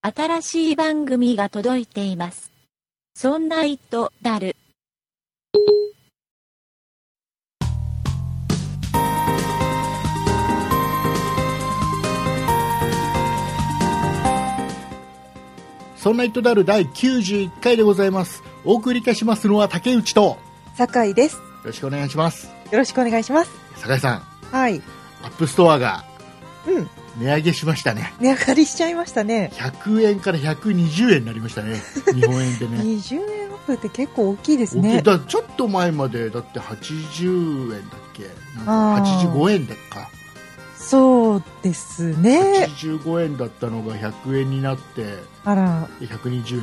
新しい番組が届いています。そんな糸だる。そんな糸である第91回でございます。お送りいたしますのは竹内と、よ酒井です。ろしくお願いします。よろしくお願いします。酒井さん、はい。アップストアがうん。値上げしましたね。値上がりしちゃいましたね。 100円から120円になりましたね。日本円で ね。 20円アップって結構大きいです大きいね。だからちょっと前までだって80円だっけなんあかー85円だっかそうですね。 85円だったのが100円になってあら、 120円ですよ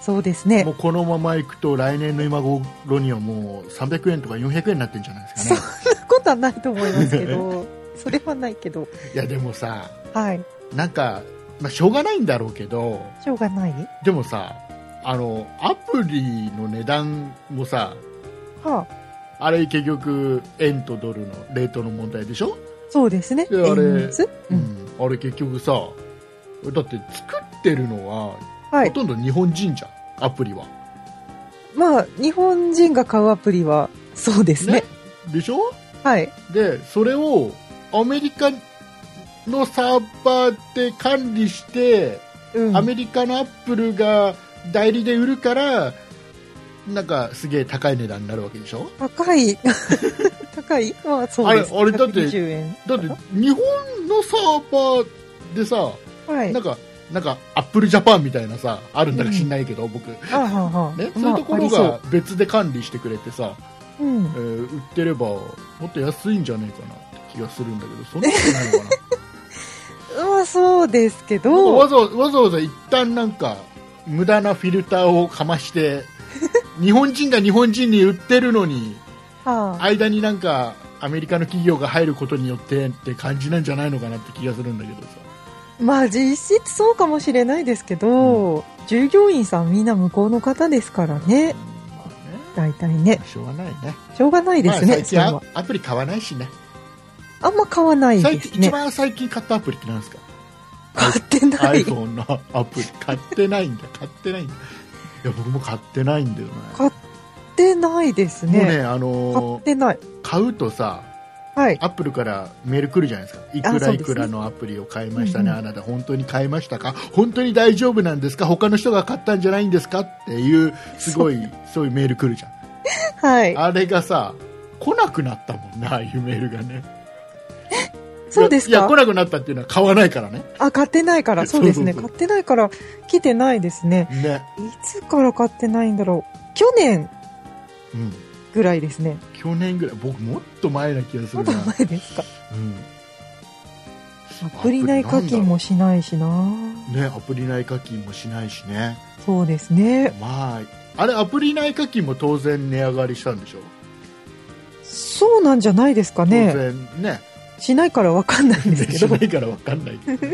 そうですもねう。このままいくと来年の今頃にはもう300円とか400円になってんじゃないですそかんねなことはないと思いますけ ど、それはないけど。いやでもさはい。なんか、まあ、しょうがないんだろうけどしょうがないでもさあのアプリの値段もさはあ、あれ結局円とドルのレートの問題でしょ、そうですね。いやあれ円安う。うんん、あれ結局さだって作ってるのははほい。とんど日本人じゃんアプリはまあ、日本人が買うアプリは、そうですね。でしょはい。でそれをアメリカのサーバーで管理して、うんア。メリカのアップルが代理で売るからなんかすげえ高い値段になるわけでしょ高い。 高いまあ、そうです。あれあれだって120円。だって日本のサーバーでさはい。なんかなんかアップルジャパンみたいなさあるんだか知んないけど、僕、ね、あはあはあそういうところまああが別で管理してくれてさ、りそううんえー売ってればもっと安いんじゃねえかなって気がするんだけどそんなことないのかなまあそうですけ わど、ざわざわざわざ一旦なんか無駄なフィルターをかまして日本人が日本人に売ってるのにはあ、間になんかアメリカの企業が入ることによってって感じなんじゃないのかなって気がするんだけどさまあ実質そうかもしれないですけど、従業員さんみんな向こうの方ですからねうんまあ大体ねねしょうがないねしょうがないですまあね、最それ近はアアプリ買わないしねあんま買わない最で近す一ね番最近買ったアプリって何ですか、買ってない iPhone のアプリ買ってないんだ買ってないんだいや僕も買ってないんだよね買ってないですもうねねあ買のーってない買うとさはいアップルからメール来るじゃないですか、いくあそうでらすねいくらのアプリを買いましたね、うんうんあなた、本当に買いましたか、本当に大丈夫なんですか、他の人が買ったんじゃないんですかっていう、すごい、そういうメール来るじゃん、はいあれがさ、来なくなったもんな、ああいうメールがね。そうですいや、いやか来なくなったっていうのは買わないからね、あ買ってないからそうですねそうそうそう買ってないから来てないですねね、いつから買ってないんだろう去年うん、ぐらいですね去年ぐらい、僕、もっと前な気がすもるっとな、前ですかうん、アプリ内課金もしないしなね、アプリ内課金もしないしね、そうですねまあ、あれ、アプリ内課金も当然値上がりしたんでしょ、そうなんじゃないですか当ね然ね。しないからわかんないんですけ し などいから分かんないけど、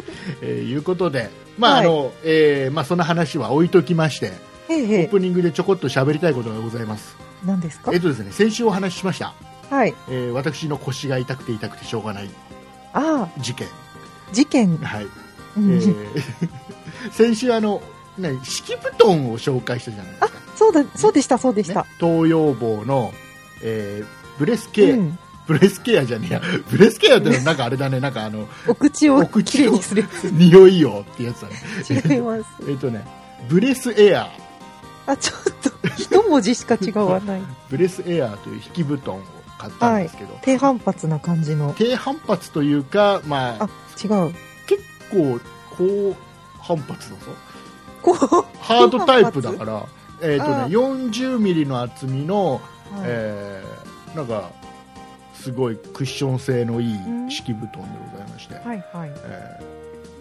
えーいうことで、まああはいのえーまあ、その話は置いときまして、ええオえープニングでちょこっと喋りたいことがございます、えなんですかえっとですね、先週お話ししました、はいえー私の腰が痛くて痛くてしょうがないあ事件、あ事件、はいうえんー 先週あの、ね、敷布団を紹介したじゃないですか、そうだそうでしたそうでした、ね東洋坊の、えーブレスケア、うん、ブレスケアじゃねえや、 ブレスケアってのはなんかあれだね、なんかあのお口おを口をきれいにする匂いよってやつだね。違いますえっとね、ブレスエアー、あちょっと一文字しか違わ ないブレスエアーという引き布団を買ったんですけど、低反発な感じの低反発というか、まあ、あ違う結構高反発だぞ。こう ハードタイプだから、えっ、とあね、あ40ミリの厚みの、はいえーなんか、すごいクッション性のいいん敷布団でございまして、はいはいえ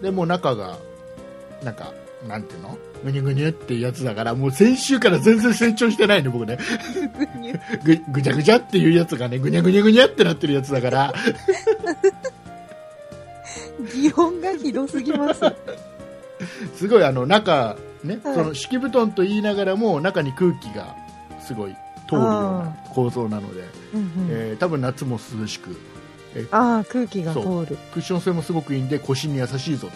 ーでもう中が、なんか、なんていうのぐにゅぐにゅっていうやつだから、もう先週から全然成長してないね、僕ね。ぐぐちゃぐちゃっていうやつがねぐにゃぐにゃぐにゃってなってるやつだから擬音がひどすぎます すごいあの中ね、はいその敷布団と言いながらも中に空気がすごい通るような構造なので、うん、うんえー多分夏も涼しくああ空気が通るクッション性もすごくいいんで腰に優しいぞ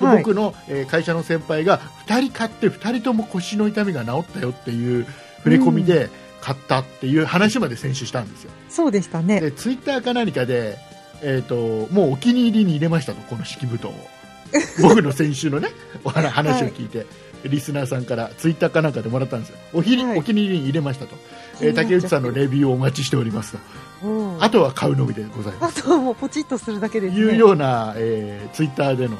ではい僕の、えー会社の先輩が2人買って2人とも腰の痛みが治ったよっていう触れ込みで買ったっていう話まで先週したんですよ、そうでしたね。でツイッターか何かで、えー、ともうお気に入りに入れましたとこの敷布団を僕の先週 のねお話話を聞いて、リスナーさんからツイッターかなんかでもらったんですよおひり、はいお気に入りに入れましたと、えー気になっ竹ちゃって内さんのレビューをお待ちしておりますとうんあとは買うのみでございますあとはもうポチッとするだけですね。いうような、えーツイッターでの、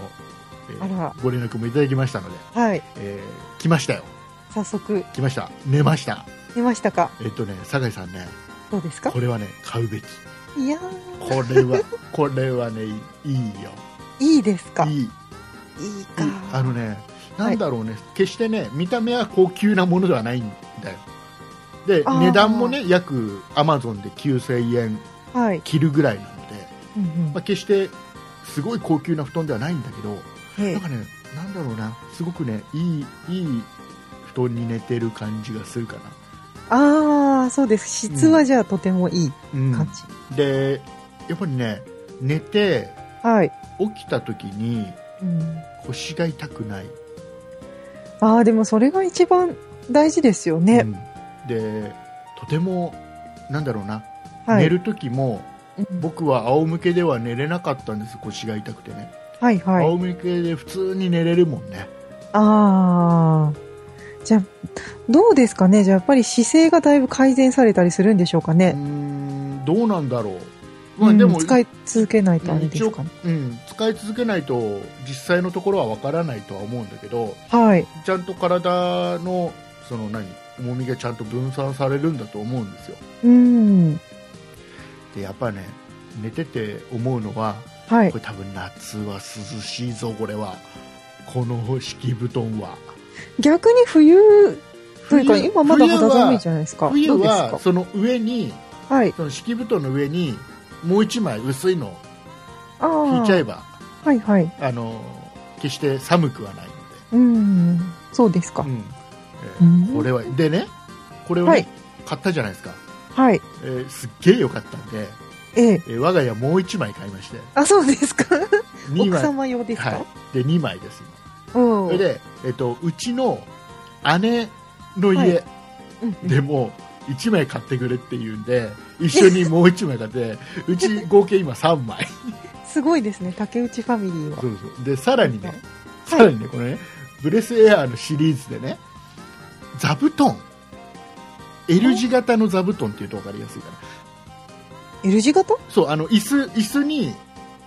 えーあらご連絡もいただきましたので、はい。えー来ましたよ早速、来ました寝ました出ましたかえっとね酒井さんねどうですかこれはね買うべきいやー、これ はこれはねいいよいいですかいいいいいいか。あのねなんだろうね、決してね見た目は高級なものではないんだよであー値段もね約アマゾンで9000円はい。切るぐらいなので、うんうんまあ、決してすごい高級な布団ではないんだけど、えなえんかね、なんだろうな、すごくね、いい、いい布団に寝てる感じがするかな。ああ、そうです。質はじゃあとてもいい感じ。で、やっぱりね、寝て、はい。起きた時にうん腰が痛くない。ああ、でもそれが一番大事ですようね。んで、とても、なんだろうな、はい。寝る時も、うん僕は仰向けでは寝れなかったんです、腰が痛くてね。はいはい。仰向けで普通に寝れるもんね。ああ。じゃあ、どうですかねじゃあやっぱり姿勢がだいぶ改善されたりするんでしょうかうーね。ん、どうなんだろう。まあでうも、ん使い続けないとあれですかね。うん、使い続けないと実際のところはわからないとは思うんだけどはい。ちゃんと体のその何重みがちゃんと分散されるんだと思うんですようん。でやっぱね寝てて思うのははいこ。れ多分夏は涼しいぞこれはこの敷布団は逆に冬というか、冬今まだ肌寒いじ冬ゃないですか。は冬どうですはかその上にはい。その敷布団の上にもう一枚薄いのをああ。引いちゃえばはいはい。あの決して寒くはないのでうん。そうですかう。んえーうんこれはでねこれをね、はい買ったじゃないですか、はい。えーすっげえ良かったんで、ええ。えー我が家もう1枚買いましてあ、そうですか。 2奥枚様用ですはか。い、で2枚ですうん今それで、えっとうちの姉のは家うんうんでも1枚買ってくれって言うん で一緒にもう1枚買ってうち合計今3枚すごいですね、竹内ファミリーは。そうそうでさらにね、はいさらにねこのねブレスエアーのシリーズでね座布団 L 字型の座布団っていうと分かりやすいかな L 字型そう、あの、椅子、椅子に、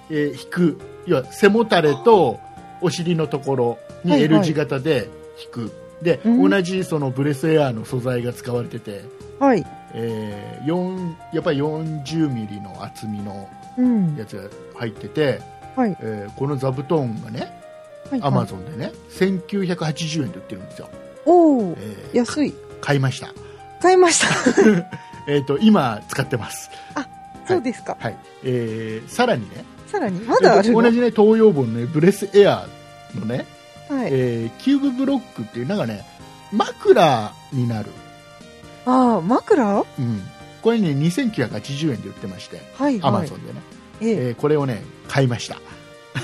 えー引く。要は、背もたれとお尻のところにはいはい L 字型で引く。で、うん同じそのブレスエアーの素材が使われてて、はい。えー、四やっぱり40ミリの厚みのうん。やつが入ってて、はい。えーこの座布団がね、はい。アマゾンでね、1980円で売ってるんですよ。おおえ。ー安い。買いました。買いました。えっ、と、今使ってます。そうですか。はい。えー、さらにね、さらに、まだあるの同じね、東洋本のね、ブレスエアーのね、はい。えーキューブブロックっていうなんかね枕になる、ああ、枕はうん、これね2980円で売ってましてい。アマはいゾ。ンでね、ええ。えーこれをね買いました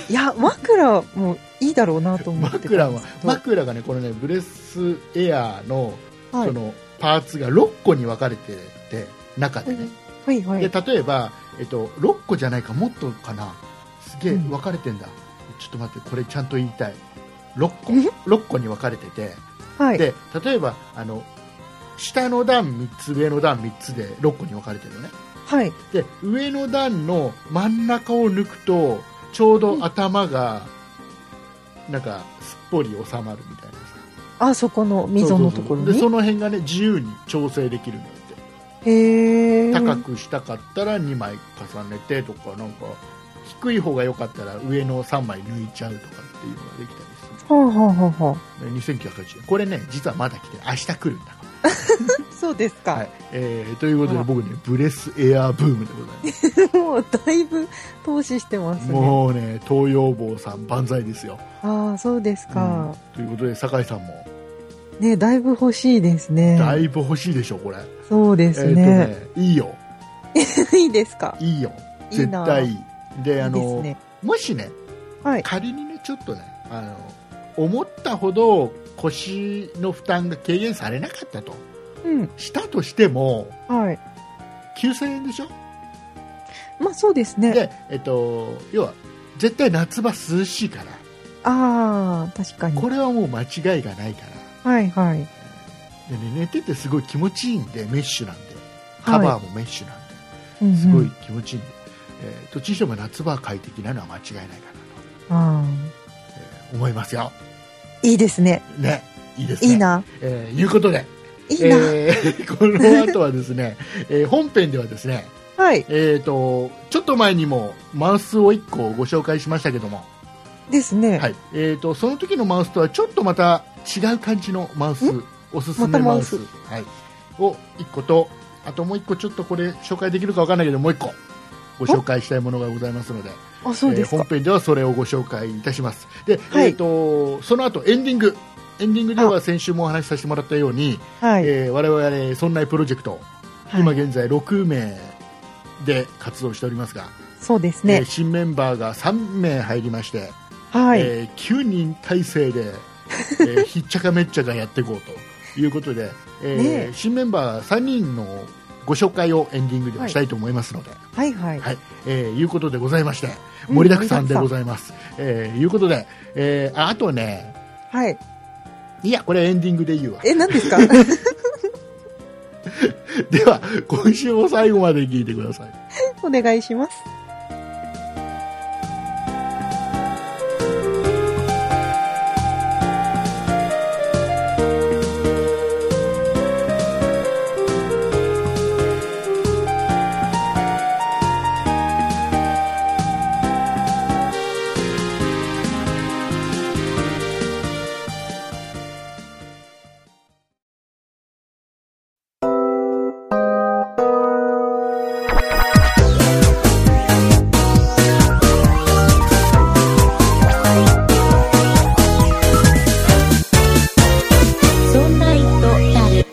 いや、枕もいいだろうなと思ってたんですけ枕ど。は枕がねこのねブレスエアーのはそい。のパーツが6個に分かれてて中でね、はいはでい。例えば、えっと、6個じゃないかもっとかなすげえうん分かれてんだ、ちょっと待ってこれちゃんと言いたい6え個六個に分かれててはい。で例えばあの下の段3つ上の段3つで6個に分かれてるのねはい。で上の段の真ん中を抜くとちょうど頭がなんかすっぽり収まるみたいなさあそこの溝のとこそうそうそろうでそに。の辺がね自由に調整できるんだってへえ。高くしたかったら2枚重ねてとかなんか低い方が良かったら上の3枚抜いちゃうとかっていうのができたりはあはあはあはするで2980円これね実はまだ来て明日来るんだからあ。そうですはかい。えーということであ僕ねブレスエアーブームでございますもうだいぶ投資してますね。もうね東洋坊さん万歳ですよ、ああ、そうですうんか。ということで酒井さんもね、だいぶ欲しいですね。だいぶ欲しいでしょこれ、そうえでーすとね。ねいいよ いいですか。いいよいい絶な対いいであのいいですね。もしねはい。仮にねちょっとねあの思ったほど腰の負担が軽減されなかったとうん。したとしてもはい。 9000円でしょまあそうですね。で、えっと、要は絶対夏場涼しいからああ、確かに。これはもう間違いがないからはいはい。で、ね、寝ててすごい気持ちいいんでメッシュなんでカバーもメッシュなんで、うんうんすごい。気持ちいいんで、えーどっちにしても夏場は快適なのは間違いないかなああ。と、えー思いますよいいですね。ねいいですねいいな。えーいうことでいいな。えー この後はですね、えー本編ではですね、はい。えー、とちょっと前にもマウスを1個ご紹介しましたけども、ですね。はいえー、とその時のマウスとはちょっとまた違う感じのマウスおすすめまたママウウスス、はい、を1個とあともう1個ちょっとこれ紹介できるかわかんないけどもう1個ご紹介したいものがございますのであ、そうですえーか本。編ではそれをご紹介いたしますで、はいえー、とその後エンディングエンディングでは先週もお話しさせてもらったように、はい。えー我々、そんなプロジェクト、はい今現在6名で活動しておりますが、そうですえーね。新メンバーが3名入りまして、はい。えー9人体制 で、えーひっちゃかめっちゃかやっていこうということで、えーねえ新メンバー3人のご紹介をエンディングではしたいと思いますので、はいはい。はいえーいうことでございまして、うん盛りだくさんでございます。えーいうことで、えーああとね、はい。いや、これエンディングで言うわ。え、何 ですか では、今週も最後まで聞いてください。お願いします。そんな糸だる。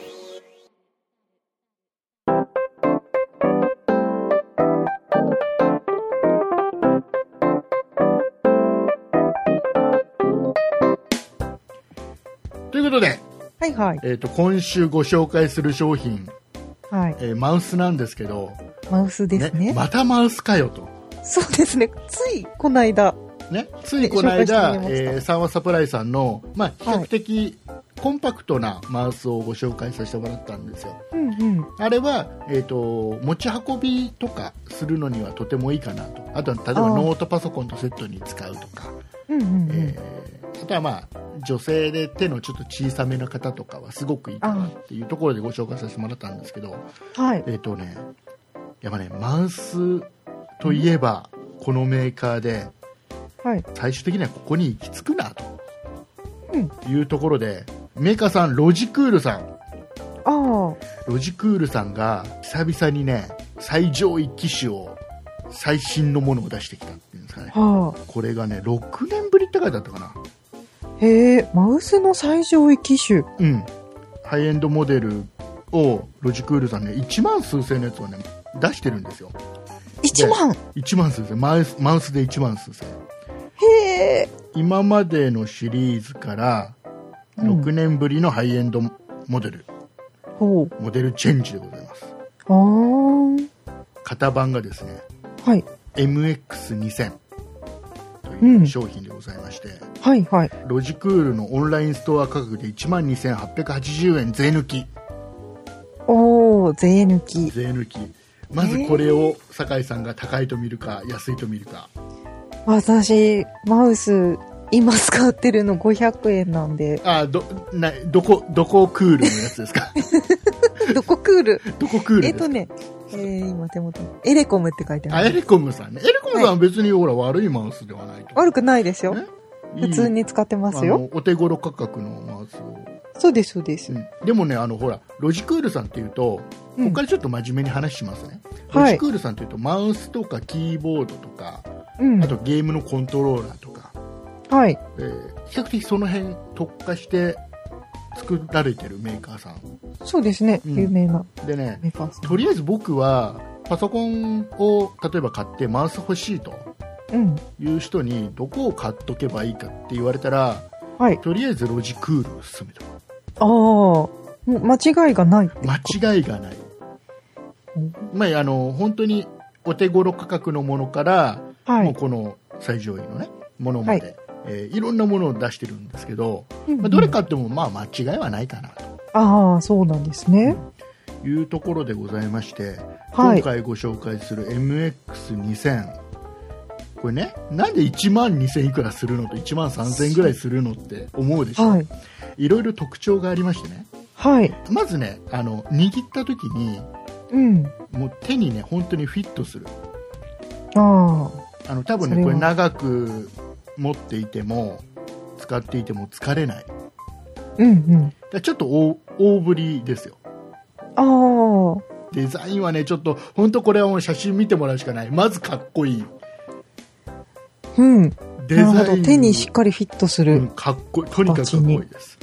ということで、はいはい。えー、と今週ご紹介する商品、はい。えーマウスなんですけど、マウスですね。またマウスかよと、そうですね。つい、この間。ね、ついこの間、ね紹介してもらいましたえー、サンワサプライさんの、まあ、比はい較的コンパクトなマウスをご紹介させてもらったんですよ。うんうん。あれは、えー、と持ち運びとかするのにはとてもいいかなとあとは例えばあーノートパソコンとセットに使うとか、うんうん、うんえーあとは、まあ、女性で手のちょっと小さめの方とかはすごくいいかなっていうところでご紹介させてもらったんですけど、はい。えっ、とね、やっぱね、マウスといえば、このメーカーで、はい。最終的にはここに行き着くな、とうん。いうところで、メーカーさん、ロジクールさん、ああ。ロジクールさんが、久々にね、最上位機種を、最新のものを出してきたっていうんですかね。はこれがね、6年ぶりって書いてあったかな。あ、へえ、マウスの最上位機種。うん。ハイエンドモデルを、ロジクールさんね、1万数千のやつをね、出してるんですよ。 1万1万数千、マウスマウスで1万数千。へえ、今までのシリーズからうん6年ぶりのハイエンドモデル、ほう。モデルチェンジでございますああ。型番がですねはい。 MX2000 とういうん商品でございまして、はいはい。ロジクールのオンラインストア価格で12,880円税抜きおお、税抜き。税抜きまずこれを酒井さんが高いと見るか安いと見るか私、マウス、今使ってるの500円なんで、あどなどこどこクールのやつですか どこクールどこクールでえっすかとね、えー、今手元に、エレコムって書いてあある。エレコムさんねエレコムさんは別にほら悪いマウスではないと悪くないですよね。いい普通に使ってますあよ。のお手頃価格のマウスを、そうです、そうです。うんでもねあのほらロジクールさんっていうと、うんここからちょっと真面目に話しますね、はいロジクールさんっていうとマウスとかキーボードとかうんあ。とゲームのコントローラーとか、はい。えー比較的その辺特化して作られてるメーカーさんそうですね、うん有名なでねメーカーさん。とりあえず僕はパソコンを例えば買ってマウス欲しいとうん。いう人にどこを買っとけばいいかって言われたらはい。とりあえずロジクールを勧めてまああ、もう間違いがないっていうか。す間違いがない、まあ、あの本当にお手頃価格のものから、はもうい。この最上位の、ね、ものまで、はいえーいろんなものを出してるんですけど、うんまあ、どれ買ってもまあ間違いはないかなああ、そうなんですね。というところでございまして、はい今。回ご紹介する MX2000 これねなんで1万2000いくらするのと1万3000ぐらいするのって思うでしょ、、はいい。ろいろ特徴がありましてねはい。まずねあの握った時にうん。もう手にね本当にフィットするああの多分そねれはこれ長く持っていても使っていても疲れないだかあ。うんうん。らちょっと大大ぶりですよあデザインはねちょっと本当これはもう写真見てもらうしかないまずかっこいいあ。うん。デザイなンるほど。手にしっかりフィットすうんる。かっこいいとにかくかっこいいです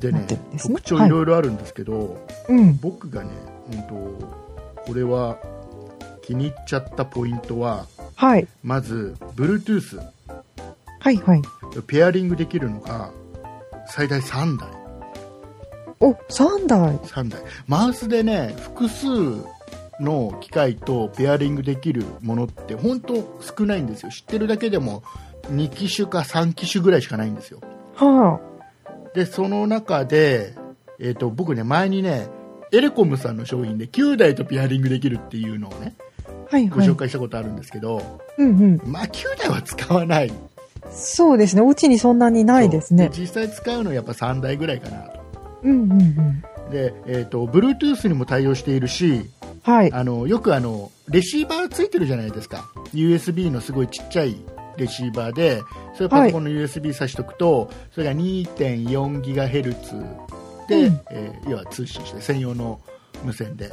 でなねってるんですね特徴いろいろあるんですけど、うん。僕がね、うん、とこれは気に入っちゃったポイントははい。まず Bluetooth はいはい。ペアリングできるのが最大3台お、3台。 3台マウスでね複数の機械とペアリングできるものって本当少ないんですよ知ってるだけでも2機種か3機種ぐらいしかないんですよはでその中で、えー、と僕ね前にねエレコムさんの商品で9台とペアリングできるっていうのをねあ。はいごはい紹。介したことあるんですけど、うんうん。まあ9台は使わないそうですね。お家にそんなにないですねそう。実際使うのはやっぱ3台ぐらいかなとうんうんうん。で、えー、と Bluetooth にも対応しているしはい。あのよくあのレシーバーついてるじゃないですか USB のすごいちっちゃいレシーバーでそれパソコンの USB 挿しとくと、それが 2.4GHz で、うんえー要は通信して専用の無線で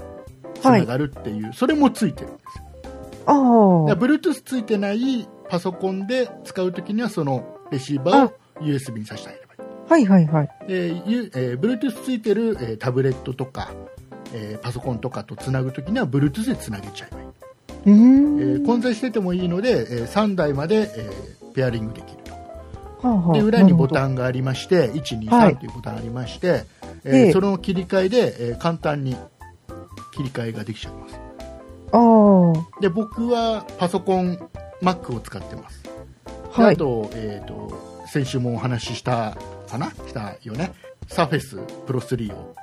つは。ないあがるっていう、それもついてるんですよあだー。から Bluetooth ついてないパソコンで使うときにはそのレシーバーを USB に挿してあげればいいはいはいはい。で、ゆえー Bluetooth ついてる、えータブレットとか、えーパソコンとかとつなぐときには Bluetooth でつなげちゃえばいいうーえーん。混在しててもいいので、え3台まで、えーペアリングできるとはあはあで裏にボなるタンがありましてはい123というボタンがありまして、ええーえその切り替えで、えー簡単に切り替えができちゃいますほど。で僕はパソコン Mac を使ってますでああ。はあい。と,、えー、と先週もお話ししたかなしたよね Surface Pro 3を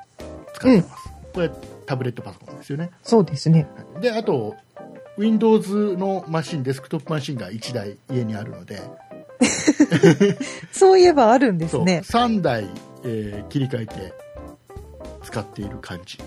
使ってます、これタブレットパソコンですよねそうですね。であと Windows のマシンデスクトップマシンが1台家にあるのでそういえばあるんですそうね。 3台、えー切り替えて使っている感じ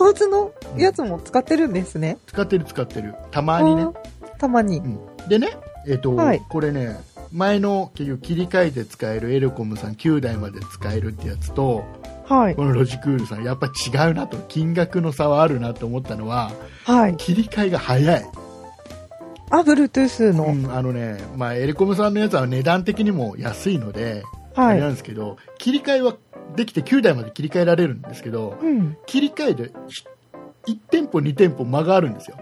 Windows のやつも使ってるんですね。使ってる使ってるたまにねあ、ーたまにう。ん、でねえっ、と、はいこれね前の結局切り替えて使えるエレコムさん9台まで使えるってやつとはい。 このロジクールさんやっぱ違うなと金額の差はあるなと思ったのははい。切り替えが早い、あ、Bluetooth の。うんあのね、まあ、エレコムさんのやつは値段的にも安いので、あは。れないんですけど切り替えはできて9台まで切り替えられるんですけど、うん。切り替えでひ1店舗2店舗間があるんですよ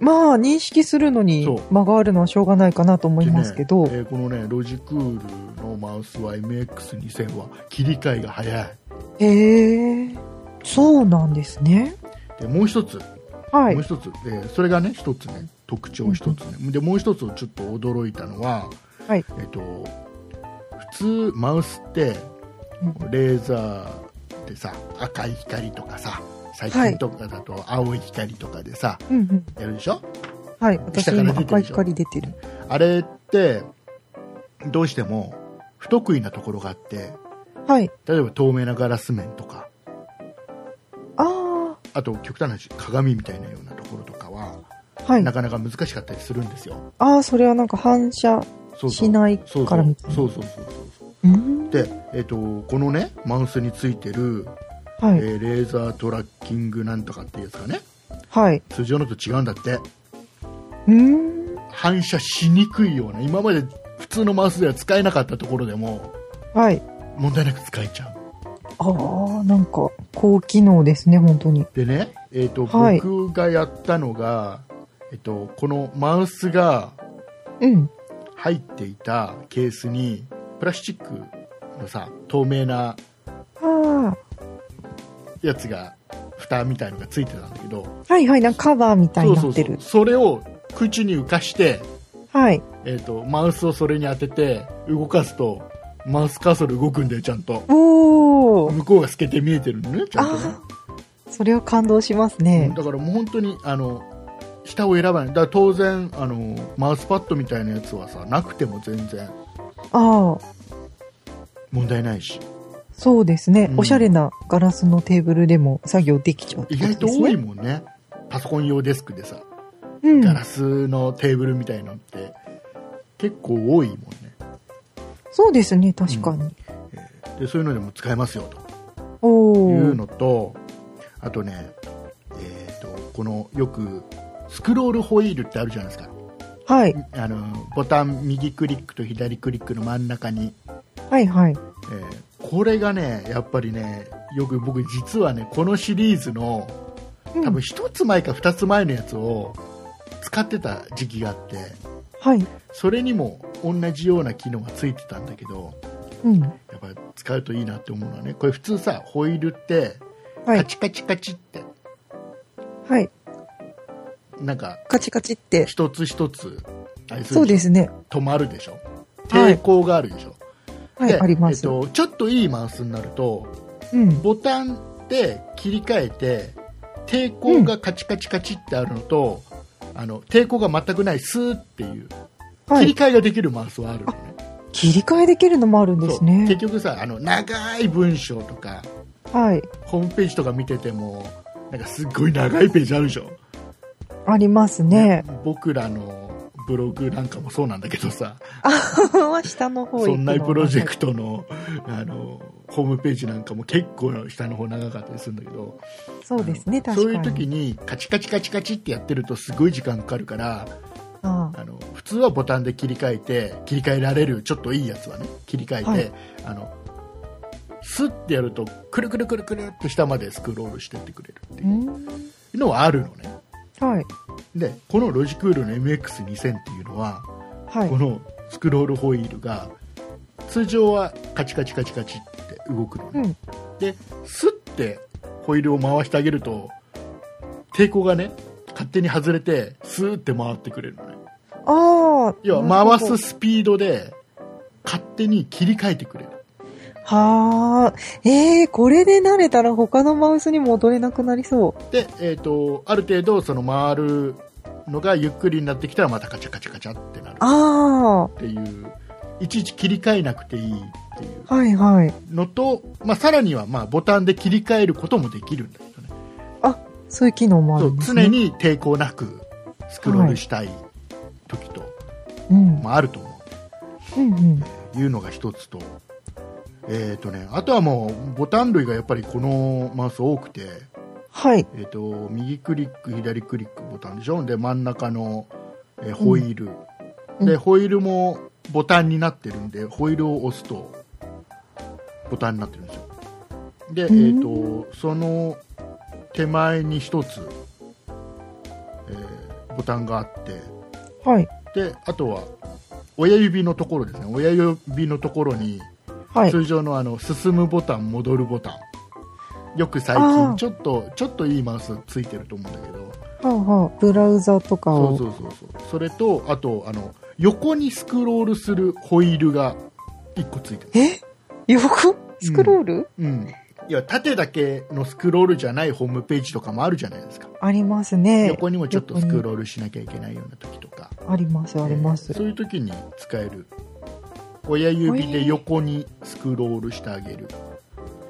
まあ、認識するのにそう間があるのはしょうがないかなと思いますけど。でねえーこのねロジクールのマウスは MX2000 は切り替えが早いへえ。そうなんですね。でもう一つ、はいもう。一つ、えーそれがね一つね特徴一つね、でもう一つちょっと驚いたのは、はいえっ、と普通マウスってうんレーザーでさ赤い光とかさ最近とかだと青い光とかでさ、うんうん。やるでしょはい。私下から今出てる赤いでしょ光出てる。あれってどうしても不得意なところがあってはい。例えば透明なガラス面とかああと極端な話鏡みたいなようなところとかは、あ。はいな。かなか難しかったりするんですよああ、それはなんか反射。そうそうしないそうからみたいなそうそうそうそうそううん。で、えっとこのねマウスについてる、はえい。ーレーザートラッキングなんとかっていうやつがねはい。通常のと違うんだってうん。反射しにくいような今まで普通のマウスでは使えなかったところでもはい。問題なく使えちゃうああ、なんか、高機能ですね、本当に。でね、えっとはい僕がやったのが、えっと、このマウスがうん。入っていたケースにプラスチックのさ透明なあやつが蓋みたいのがついてたんだけどあ。はいはい。なんかカバーみたいそうになそうってそる。うそれを空中に浮かして、はい。えっとマウスをそれに当てて動かすとマウスカーソル動くんだよちゃんとおお。向こうが透けて見えてるのねちゃんとねあそれは感動しますうんね。だからもう本当にあの下を選ばないだから当然あのマウスパッドみたいなやつはさなくても全然ああ。問題ないしそうですね、うんおしゃれなガラスのテーブルでも作業できちゃうって意ことで外す、と多ね。いもんねパソコン用デスクでさうんガラスのテーブルみたいのって結構多いもんねそうですね、確かに。でそういうのでも使えますよといおうお。のとあとね、えー、とこのよくスクロールホイールってあるじゃないですかはい。あのボタン右クリックと左クリックの真ん中にはいはい。えーこれがねやっぱりねよく僕実はねこのシリーズのうん多分1つ前か2つ前のやつを使ってた時期があってはい。それにも同じような機能がついてたんだけどうん。やっぱり使うといいなって思うのはねこれ普通さホイールってはカい。チカチカチってはい。なんかカチカチって。一つ一つあれすそうるででしょすね。止まるでしょはい抵抗があるでしょ、はでい、ありまえす。っと、ちょっといいマウスになるとうん。ボタンで切り替えて抵抗がカチカチカチってあるのと、あの抵抗が全くないスーっていうは切りい。替えができるマウスはあるのね,切り替えできるのもあるんそう、です結ね。局さあの長い文章とかはい。ホームページとか見ててもなんかすっごい長いページあるでしょ、ありますね。僕らのブログなんかもそうなんだけどさあ、 下の方行くそのんなプロジェクトのあのホームページなんかも結構下の方長かったりするんだけど、そうですね、あの確かに。そういう時にカチカチカチカチってやってるとすごい時間かかるからああの普通はボタンで切り替えて切り替えられるちょっといいやつはね切り替えて、はいあのスッてやるとくるくるくるくるって下までスクロールしてってくれるっていあ。ううん。うのはあるのねはい。でこのロジクールの MX2000 っていうのは、はいこ。のスクロールホイールが通常はカチカチカチカチって動くのね、うん。でスッてホイールを回してあげると抵抗がね勝手に外れてスーって回ってくれるのねああ。要なはるほ回どすスピードで勝手に切り替えてくれるはあ。ええこれで慣れたら他のマウスに戻れなくなりそう。で、えー、とある程度その回るのがゆっくりになってきたらまたカチャカチャカチャってなるあっていういちいち切り替えなくていいっていあ。はいはい。うのと、まあ、さらにはまあボタンで切り替えることもできるんだけどねそういう機能もあそるうんです、ね。常。に抵抗なくスクロールしたい時と、うん。まあ、あると思ううんうん。いうのが一つと,、えーとね、あとはもうボタン類がやっぱりこのマウス多くて、はい。えー、と右クリック左クリックボタンでしょで真ん中の、えーホイール、うんでホイールもボタンになってるんでホイールを押すとボタンになってるんですよで、えんー、とその手前に一つ、えーボタンがあってはい。であとは親指のところですね親指のところにはい。通常のあの進むボタン戻るボタンよく最あ近ーちょっとちょっといいマウスついてると思うんだけどはあはあ。ブラウザとかそうを。そうそうそうそれとあとあの横にスクロールするホイールが1個ついてるえ横スクロール、うんいや縦だけのスクロールじゃないホームページとかもあるじゃないですかありますね。横にもちょっとスクーロールしなきゃいけないような時とかル。あります、あります。えーそういう時に使える親指で横にスクロールしてあげる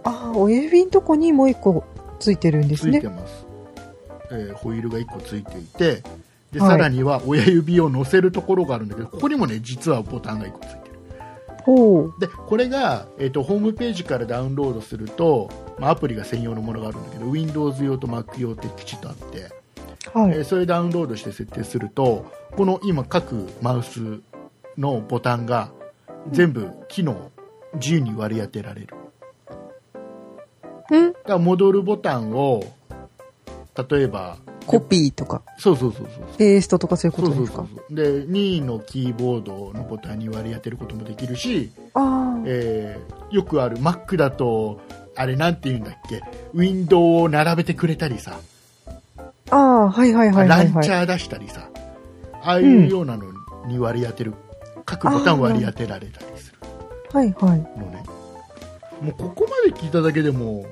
ああ、親指のとこにもう一個ついてるんでつすいねて。ます、えーホイールが1個ついていてではいさらには親指を乗せるところがあるんだけどここにもね実はボタンが1個ついてるほう。でこれが、えー、とホームページからダウンロードすると、まあ、アプリが専用のものがあるんだけど Windows 用と Mac 用ってきちっとあって、はえい。ーそれダウンロードして設定するとこの今各マウスのボタンが全部機能自由に割り当てられるうんだから戻るボタンを例えばコピーとか、そうそうそうそうペーストとかそういうこそとうそうですそかうそうで2位のキーボードのことは2割やってることもできるし、ああ。えーよくある Mac だとあれなんて言うんだっけウィンドウを並べてくれたりさ、ああ、はいはいはいはい、ランはチい。ャー出したりさああいうようなのに割り当てる、各ボタン割り当てられたりするはいはい。のねもうここまで聞いただけでも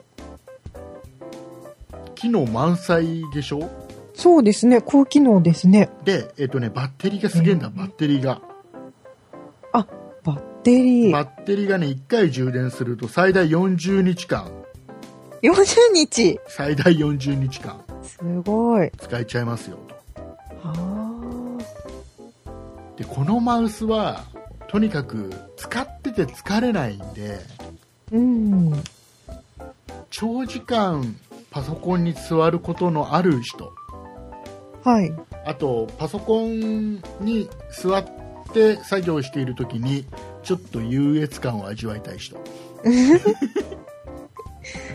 機能満載でしょそうですね、高機能ですね。で、えっとね、バッテリーがすげえんだ、うんバッテリーが。バッテリー。バッテリーがね、1回充電すると最大40日間、 40日最大40日間すごい。使えちゃいますよと。ああ。で、このマウスは、とにかく使ってて疲れないんで、うん。長時間パソコンに座ることのある人、はい。あと、パソコンに座って作業しているときに、ちょっと優越感を味わいたい人。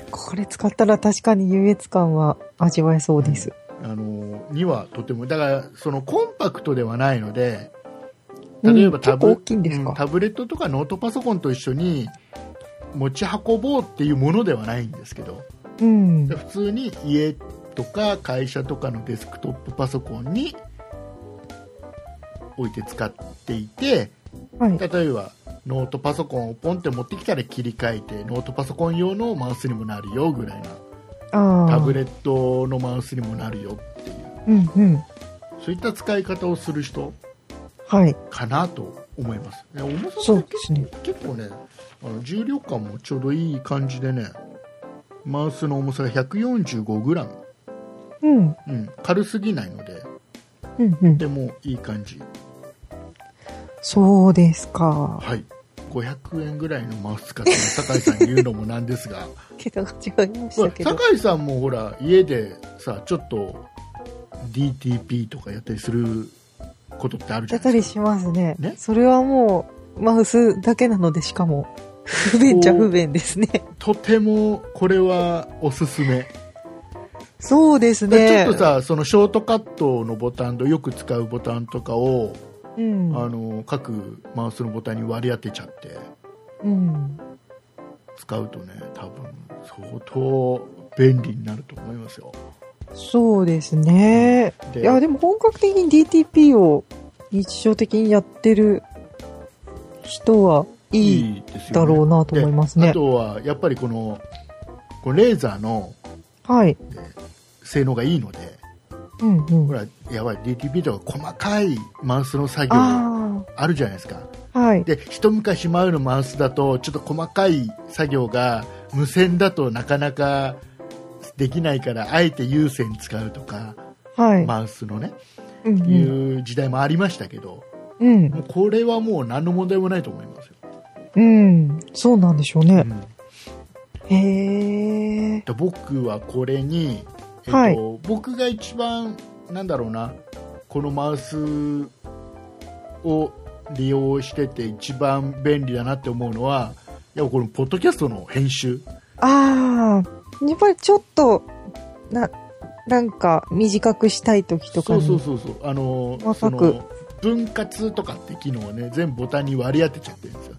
これ使ったら確かに優越感は味わえそうです。あのにはとてもだからそのコンパクトではないのでうん例えばタブ,、結構大きいんですかうんタブレットとかノートパソコンと一緒に持ち運ぼうっていうものではないんですけどうん。普通に家とか会社とかのデスクトップパソコンに置いて使っていてはい。例えばノートパソコンをポンって持ってきたら切り替えてノートパソコン用のマウスにもなるよぐらいなああ。タブレットのマウスにもなるよっていううんうん。そういった使い方をする人はい。かなと思います。ね、重さそうがですね。結構ね、あの重量感もちょうどいい感じでね、マウスの重さが 145g、うん。うん、軽すぎないので、うんうん。でもいい感じ、そうですか。はい、500円ぐらいのマウス使ってる酒井さんに言うのもなんです が、桁が違いまほら酒井さんもほら、家でさ、ちょっと DTP とかやったりすることってあるじやゃっなたいでりすか。しますね。ねそれはもう、マウスだけなので、しかも、不便っちゃ不便ですね。とてもこれはおすすめ。そうですでね。ちょっと、さそのショートカットのボタンとよく使うボタンとかを、うん。あの各マウスのボタンに割り当てちゃってうん。使うとね多分相当便利になると思いますよそうですね。でいや、でも本格的に DTP を日常的にやってる人はいいですよねだろうなと思いますでねあ。とはやっぱりこのこのレーザーのはい。性能がいいのでうんうん。ほらやばい DTP とか細かいマウスの作業ああるじゃないですかあ、はい。で一昔前のマウスだとちょっと細かい作業が無線だとなかなかできないからあえて有線使うとか、はい。マウスのね、うんういん。う時代もありましたけどうん。もうこれはもう何の問題もないと思いますよ、うん。そうなんでしょうねう。んへえ。で僕はこれに、えっとはい僕が一番なんだろうなこのマウスを利用してて一番便利だなって思うのはやっぱこのポッドキャストの編集ああ、やっぱりちょっと、な、なんか短くしたい時とかに。そうそうそうそうあのーそ細くの分割とかって機能をね全部ボタンに割り当てちゃってるんですよ、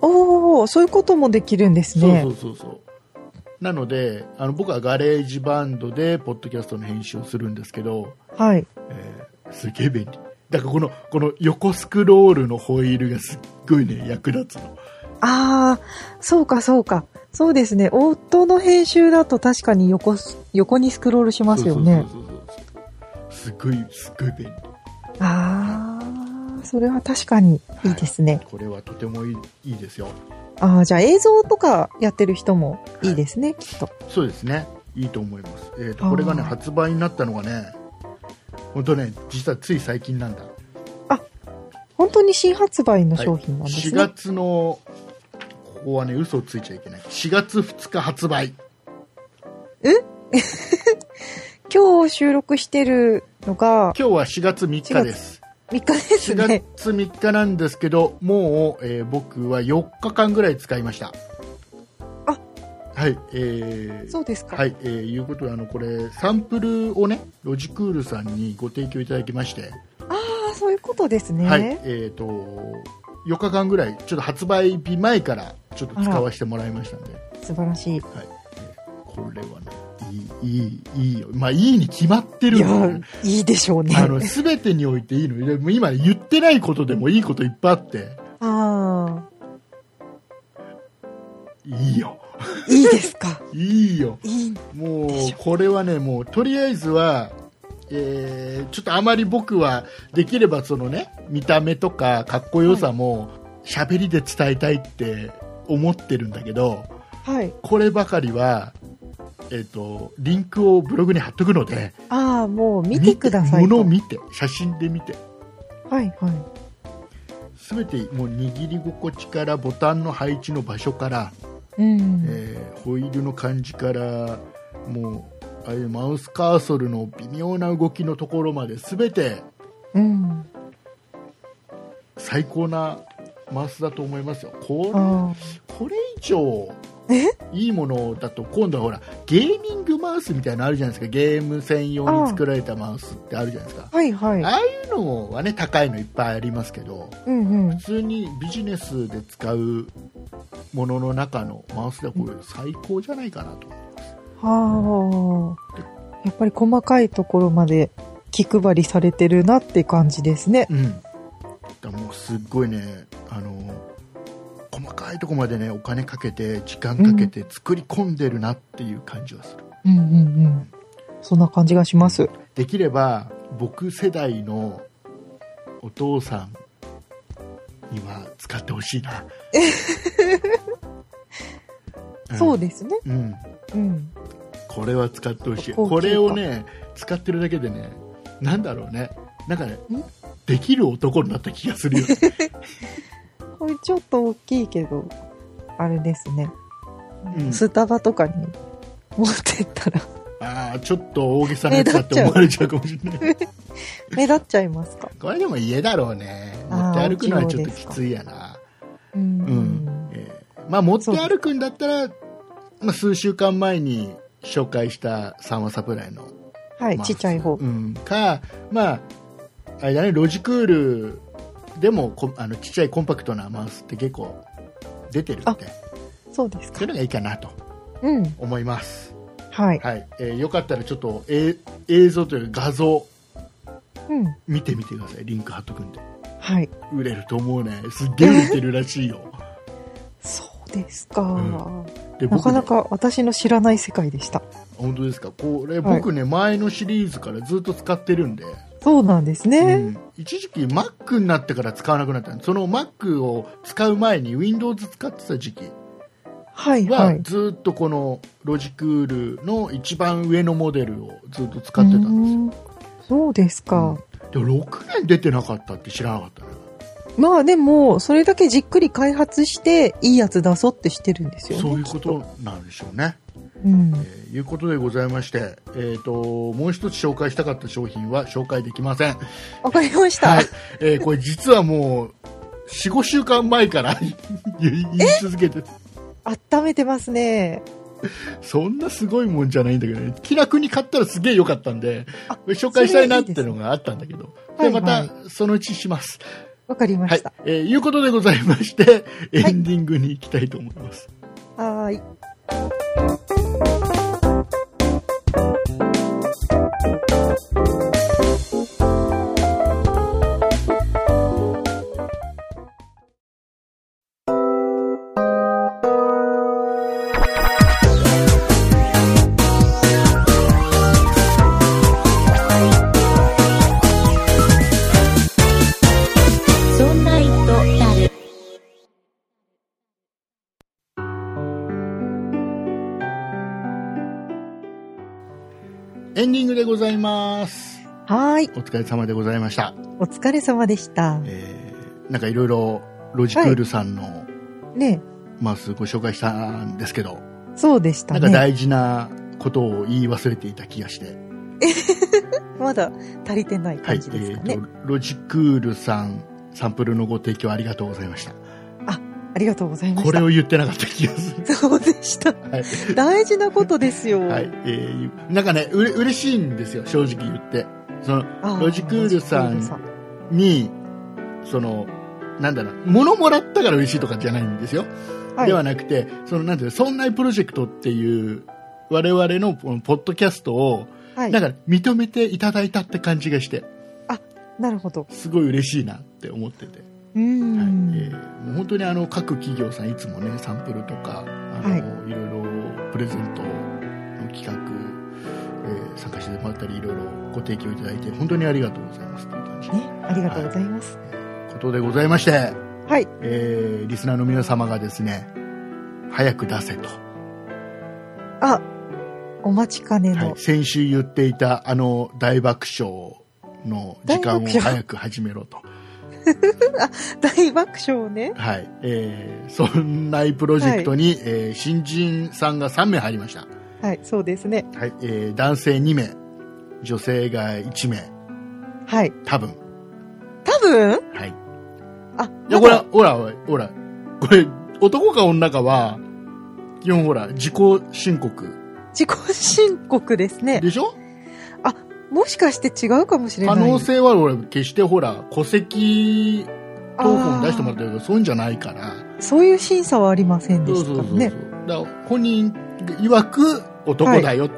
おお、そういうこともできるんですね。そうそうそうそうなのであの僕はガレージバンドでポッドキャストの編集をするんですけど、はい。えーすげえ便利だからこのこの横スクロールのホイールがすっごいね役立つのああ、そうかそうか。そうですね。オートの編集だと確かに横す、横にスクロールしますよね。そうそうそうそうすごいすごい便利ああ、それは確かにいいですね。これはとてもいいいいですよああ、じゃあ映像とかやってる人もいいですね、きっと。そうですねいいと思います、えー、とこれがねあー発売になったのがね本当ね実はつい最近なんだ本当に新発売の商品なんです4ね。月のここはね嘘をついちゃいけない4月2日発売今日収録してるのが今日は4月3日です3日です4ね。月3日なんですけどもう、えー僕は4日間ぐらい使いましたあはい、えーそうですか。はい、えーいうことであのこれサンプルをねロジクールさんにご提供いただきまして、ああ、そういうことですね。はい、えっ、と4日間ぐらいちょっと発売日前からちょっと使わせてもらいましたんで、素晴らしい。これはねいいいいいいよ、まあいいに決まってるいんだよやね、いいでしょうね。あの全てにおいていいのでも今言ってないことでもいいこといっぱいあってあいいよあ、いいですか。いいよいい。もうでしょこれはねもうとりあえずは、えーちょっとあまり僕はできればそのね見た目とかかっこよさも喋りで伝えたいって思ってるんだけどはい。こればかりは、えー、とリンクをブログに貼っとくのでああ、もう見てください物と。を見て写真で見てはいは全てもう握り心地からボタンの配置の場所から、い。うん。えーホイールの感じからもうああいうマウスカーソルの微妙な動きのところまで全てうん。最高なマウスだと思いますよこあれこれ以上あ。えいいものだと今度はほらゲーミングマウスみたいなのあるじゃないですかゲーム専用に作られたマウスってあるじゃないですかはいはい。ああいうのはね高いのいっぱいありますけどうんうん。普通にビジネスで使うものの中のマウスではこれ最高じゃないかなとはあ。やっぱり細かいところまで気配りされてるなって感じですね。うん、だからもうすっごいねあの細かいとこまでねお金かけて時間かけて作り込んでるなっていう感じはする、うんうんうん。そんな感じがします。できれば僕世代のお父さんには使ってほしいなそうでですね。す、うん、うん。これは使ってほしい高こ級感れをね使ってるだけでねなんだろうねなんかねんできる男になった気がするよこれちょっと大きいけど、あれですね。うんスタバとかに持ってったらああちょっと大げさなやつだって思われちゃうかもしれない目立っちゃいますか。これでも家だろうねあ持って歩ーくのはちょっおと家ですきかついやなううん。えーまあ持って歩くんだったら、まあ、数週間前に紹介した三和サプライの、はい、まあちっちゃい方。うん、かまああれだねロジクールでもこあのちっちゃいコンパクトなマウスって結構出てるんでそうですそういかう。のがいいかなとうん。思います、はい。はいえーよかったらちょっと、えー映像というか画像うん。見てみてくださいリンク貼っとくんではい。売れると思うねすっげえ売れてるらしいよそうですか。うんでなかなねか私の知らない世界でした。本当ですかこれはい僕ね、前のシリーズからずっと使ってるんで、そうなんですね。うん一時期 Mac になってから使わなくなったのその Mac を使う前に Windows 使ってた時期はいは。はいずっとこのロジクールの一番上のモデルをずっと使ってたんですよ、うーんそうですか。でも6年出てなかったって知らなかったねまあでも、それだけじっくり開発して、いいやつ出そうってしてるんですよね。そういうことなんでしょうねうん。えーいうことでございまして、えー、ともう一つ紹介したかった商品は紹介できません、わかりました。はいえーこれ実はもう45週間前から 言い言い続けて 温めてますね。そんなすごいもんじゃないんだけど、ね、気楽に買ったらすげえ良かったんであこれ紹介したいなっていうのがあったんだけどそれいいでですねまはいたそのうちしますわかりまはい、した。えーいうことでございましてエンディングに行きたいと思います、はーい。そんな糸だる、エンディングでございますはーい。お疲れ様でございましたお疲れ様でした。えーなんかいろいろロジクールさんのね。マウスご紹介したんですけど、そうでしたなんかね。大事なことを言い忘れていた気がして、まだ足りてないはい、え感じですかね。ーと、ロジクールさん、サンプルのご提供ありがとうございました。ありがとうございまこしれた。を言ってなかった気がす る。そうでした。はい。大事なことですよ。はいえーなんかね、うれ嬉しいんですよ、正直言って。そのあーロジクールさんロジクールに、その、なんだろう、物もらったから嬉しいとかじゃないんですよ。はいではなくて、その、なんていうのそんなプロジェクトっていう、我々のこのポッドキャストを、はい。なんか認めていただいたって感じがして、なるほど。すごい嬉しいなって思ってて。うーはいん。えーもう本当にあの各企業さんいつもねサンプルとかあの、はいい、ろいろプレゼントの企画、えー参加してもらったりいろいろご提供いただいて本当にありがとうございますという感じのね、ありがとうございます。ことでございまして、はい。えーリスナーの皆様がですね早く出せと、あ、お待ちかねはいの。先週言っていたあの大爆笑の時間を大爆笑早く始めろと、大爆笑ね。はいえーそんなプロジェクトに、えー新人さんが3名入りました。はい、そうですね。はい、えー男性2名、女性が1名、はい。多分。多分はい。あ、いや、まほだら、ほら、ほら、これ、男か女かは、基本ほら、自己申告自己申告ですね。でしょもしかして違うかもしれな可い。能性は、俺、決してほら、戸籍謄本出してもらったあけど、そういうんじゃないから。ーそういう審査はありませんそでうしそたうかそらうそう。ね。だから本人曰く、男だよ、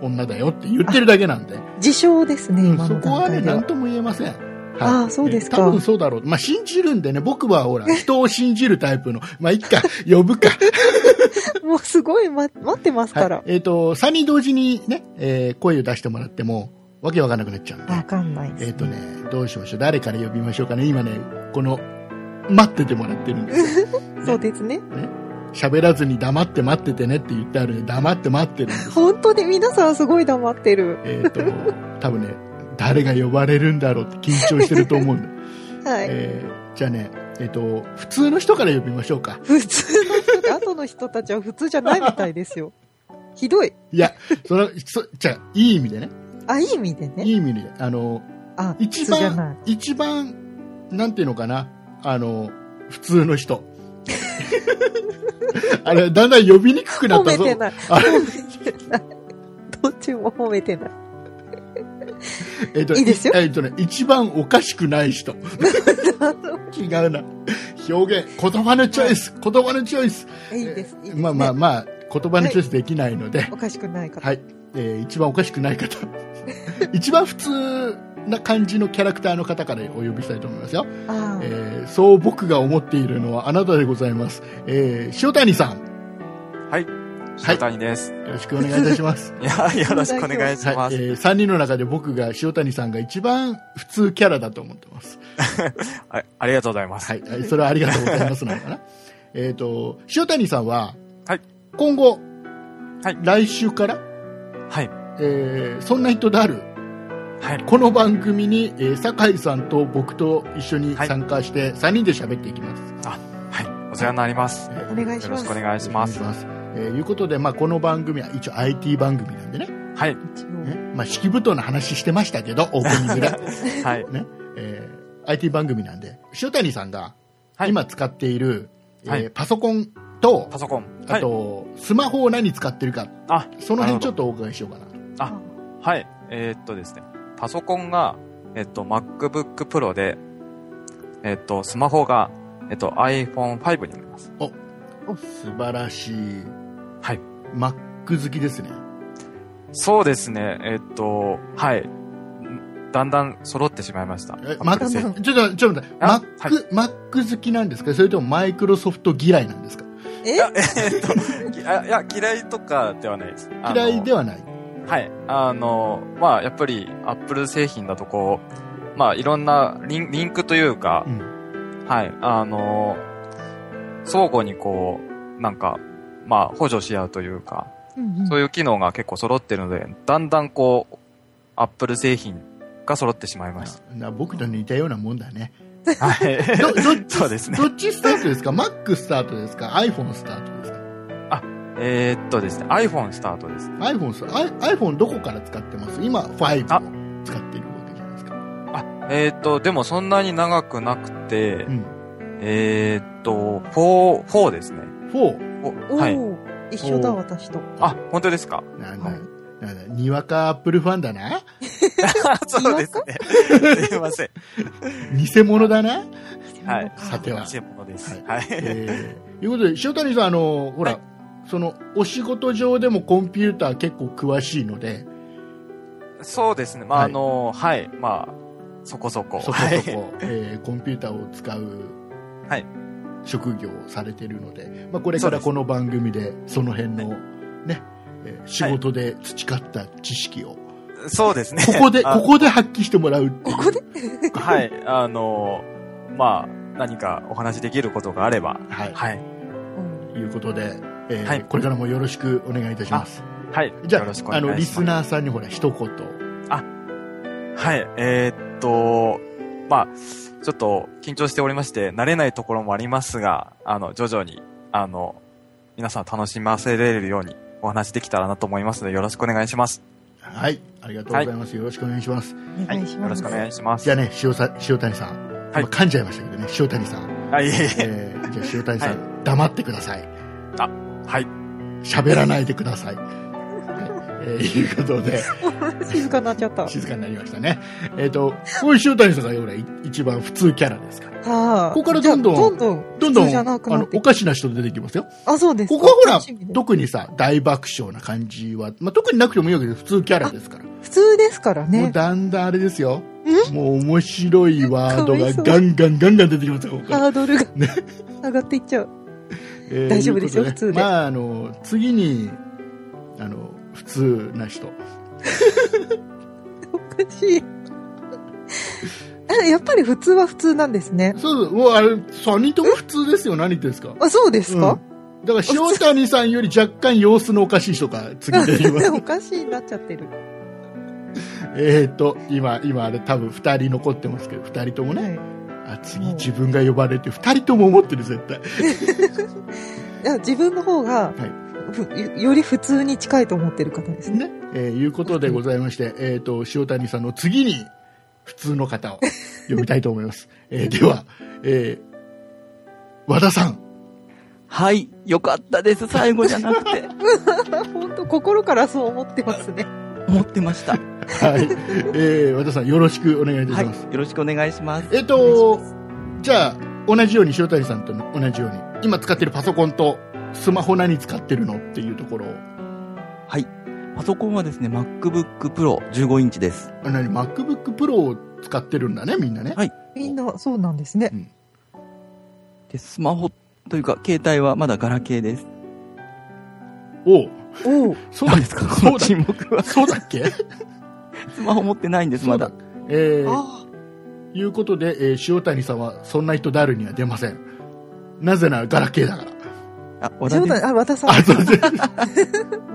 女だよって言ってるだけなんで。自称ですね、うん今そのこ段はね、階でなんは。とも言えません。はいああそうですかえ多分そうだろう。まあ、信じるんでね、僕はほら、人を信じるタイプの、まあ、いっか、 呼ぶか。もうすごい、ま、待ってますから。はい、えっ、と、3人同時にね、えー声を出してもらっても、わけわかんなくなっちゃうんで。わかんないです、えっ、と。ね、どうしましょう。誰から呼びましょうかね。今ね、この、待っててもらってるん です。そうですね。喋らずに黙って待っててねって言ってあるんで、黙って待ってるんです。本当に皆さんすごい黙ってる。えっ、と、多分ね、誰が呼ばれるんだろうって緊張してると思うんで。はい。えーじゃあね、えっ、と、普通の人から呼びましょうか。普通の人と後の人たちは普通じゃないみたいですよ。 ひどい。い や、その、そじゃあいい意味でね。あ、いい意味でね。いい意味で、あの、あ、普一通じゃない番。、一番、なんていうのかな、あの、普通の人。 あれ、だんだん呼びにくくな褒っためぞ。てない。 あれ褒めてない。 どっちも褒めてない。えっといいですよえっとね、一番おかしくない 人。違うな。表現、言葉のチョイス、言葉のチョイス。いいです。いいですまあまあねまあ、言葉のチョイスできないので、おかしくないから。はい、えー一番おかしくない方 一番普通な感じのキャラクターの方からお呼びしたいと思いますよ、あえーーそう僕が思っているのはあなたでございます、えー塩谷さんはい。塩谷です。よろしくお願いいたしますいや、よろし くお願いしまはい、えす。ー3人の中で僕が塩谷さんが一番普通キャラだと思ってますあありがとうございます。はい、はいそれはありがとうございますな のかなえっと塩谷さんは、はい今後、はい来週から、はい。えーそんな人だるはい。この番組に、えー酒井さんと僕と一緒にはい参加して、3人で喋っていきます。はい。お世話になります。お願いしよろましすくお。願いしますお。願いします。えーいうことで、まあ、この番組は一応 IT 番組なんでね、はい。一応ねまあ、式舞踏の話してましたけど、オープニン グで。はい。ね、えー IT 番組なんで、塩谷さんがはい今使っている、はえーいパソコンと、パソコン。はあい。と、スマホを何使ってるか、あ、そのな辺るほどちょっとお伺いしようかなと。あはい。えーっとですね。パソコンが、えっと、MacBook Pro で、えっと、スマホが、えっと、iPhone5 になります。素晴らしい。はい。 Mac 好きですね。そうですね。えっと、はい。んだんだん揃ってしまいました。え Apple 製 Mac ちょっと、ちょっと待って、あ Mac、Mac 好きなんですかそれともマイクロソフト嫌いなんですかえいや、えっと、 きあいや、嫌いとかではないです。あの嫌いではない。はい。あの、まあ、やっぱり、アップル製品だとこう、まあ、いろんなリンリンクというかう、ん。はい。あの、相互にこう、なんか、まあ、補助し合うというか、うんうんそういう機能が結構揃ってるので、だんだんこう、アップル製品が揃ってしまい ましな僕と似たようなもんだね。た。 はい。どどっちそうですねど。っちスタートですか ?Mac スタートですか ?iPhone スタートですかえーっとですね、iPhone スタートです。 ?iPhone スタート iPhone どこから使ってます今、5を使っているわけじゃないですか。あ、えーっと、でもそんなに長くなくて、うん。えーっと、4、4ですね。 4おおお、はい。一緒だ、私と。あ、本当ですかなんだ、なんだ、にわかアップルファンだな そうですね。すいません。偽物だな、はいさては。偽物です。はい。えー、いうことで、塩谷さん、あの、ほら、はいその、お仕事上でもコンピューター結構詳しいので、そうですね。まあ、はいあの、はい。まあ、そこそこ。そこはそい。こ、えーコンピューターを使う、はい職業をされているので、まあ、これからこの番組で、その辺の、ね、えー仕事で培った知識を、そうですね。ここで、あここで発揮してもらうっていこうこ ではい。あの、まあ、何かお話しできることがあれば。はい。はい。うん。ということで、えーはいこれからもよろしくお願いいたします。はい。じゃよろしくおあ、あ願の、いリしスます。ナーさんにほら、一言。はい。えーっと、まあ、ちょっと緊張しておりまして、慣れないところもありますが、あの、徐々に、あの、皆さんを楽しませれるようにお話できたらなと思いますので、よろしくお願いします。はい。ありがとうございます。よろしくお願いします。おはい。願よいしろましす。くお願いします。じゃあね、塩さ塩谷さん。はい今噛んじゃいましたけどね、塩谷さん。 あ、いえいえ。えー、じゃあ塩谷さん、黙ってください。はい。喋らないでくだ さい。はいえー、いうことで、静かになっちゃった。静かになりましたね。えっ、と、こういう塩谷さんがほら、い一番普通キャラですから。はあ。ここからどんどんじゃあどんどん、どんど普通ん、じゃあなくなっの、ておかしな人出てきますよ。あ、そうですか。ここはほら楽しみで、す特にさ、大爆笑な感じは、まあ、特になくてもいいわけです。普通キャラですから。普通ですからもうね。だんだんあれですよ。もう面白いワードがガンガンガンガン出てきますよ、ここからハードルが上がっていっちゃう。えー大丈夫ですよいうこと普通でまあ、あの、次に、あの、普通な人。おかしい。あやっぱり普通は普通なんですね。そうそう、もうあれ、三人とも普通ですよ、何言ってんですか。あ、そうですか、うんだから、塩谷さんより若干様子のおかしい人が次出てき ます。おかしいになっちゃってる。えっと、今、今、あれ、多分二人残ってますけど、二人ともね、はあ、次自分が呼ばれて、二人とも思ってる、絶対。い、いや自分の方が、ふより普通に近いと思ってる方 ですね。ね。えーいうことでございまして、えっ、と、塩谷さんの次に、普通の方を呼びたいと思います。えーでは、えー和田さん。はい、よかったです、最後じゃなく て。本当心からそう思ってますね。思ってました。はい、えー、和田さんよろしくお願いいたはしいます。、よろしくお願いします。えっ、と、じゃあ同じように塩谷さんと同じように今使ってるパソコンとスマホ何使ってるのっていうところを、はい。パソコンはですね、MacBook Pro 15インチです。あ何 MacBook Pro を使ってるんだねみんなね。はいみんなそうなんですね。で、スマホというか、携帯はまだガラケーです。おうおう そうだですかこそのうだ沈黙 は。そうだっけ？スマホ持ってないんです、まだそ。う。えー、あいうことで、えー塩谷さんはそんな人だるには出ません。なぜならガラケーだから。あ、あ、和田冗です。談、あ、和田さあ、そうです。ん、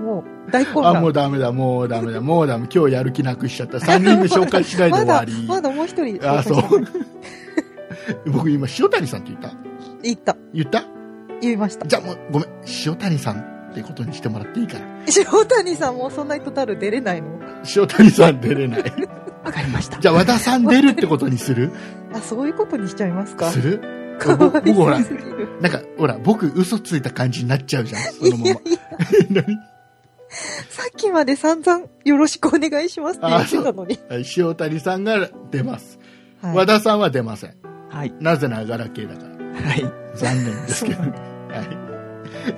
もう大混あ、もう乱。ダメだ、もうダメだ、もうダメ。今日やる気なくしちゃった。3人目紹介しないで ま終わだり。、まだもう一人紹介した。あそう僕今、塩谷さんって言った言った。言った言いました。じゃあもうごめん塩谷さんってことにしてもらっていいから塩谷さんもそんな人たる出れないの塩谷さん出れないわかりました。じゃあ和田さん出るってことにするあ、そういうことにしちゃいますかするか僕わ僕ほらいすぎる。なんかほら僕嘘ついた感じになっちゃうじゃんそいのま やいまや。さっきまで散々よろしくお願いしますって言ってたのに。はい塩谷さんが出ます、はい和田さんは出ませんはい。なぜならガラケーだからはい。 残念ですけど、そはい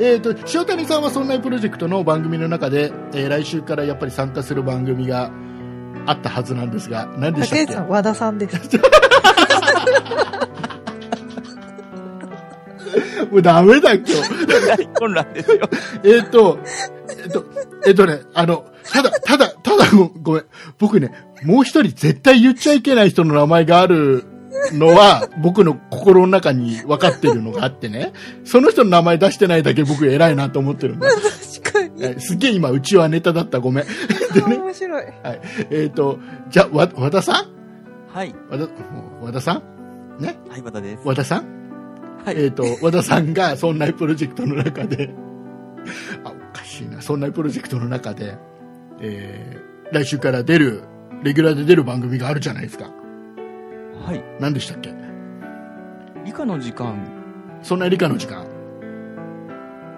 えー、と塩谷さんはそんなプロジェクトの番組の中で、えー来週からやっぱり参加する番組があったはずなんですが何でした竹っ内けさん、和田さんです。もうダメだ今日大混乱ですよ。えっ、と、えっ、と、えっ、とね、あの、ただ、ただ、ただご、ごめん。僕ね、もう一人絶対言っちゃいけない人の名前があるのは、僕の心の中に分かってるのがあってね、その人の名前出してないだけ僕偉いなと思ってるんだ。 確かに。えすげえ今、うちはネタだった。ごめん。面白い。 えっ、と、じゃあ、わ、和田さんはい。和田、もう和田さんはい、和田です。和田さんはいえっ、と、和田さんが、そんなプロジェクトの中で、あ、おかしいな、そんなプロジェクトの中で、えー、来週から出る、レギュラーで出る番組があるじゃないですか。はい。何でしたっけ理科の時間そんな理科の時間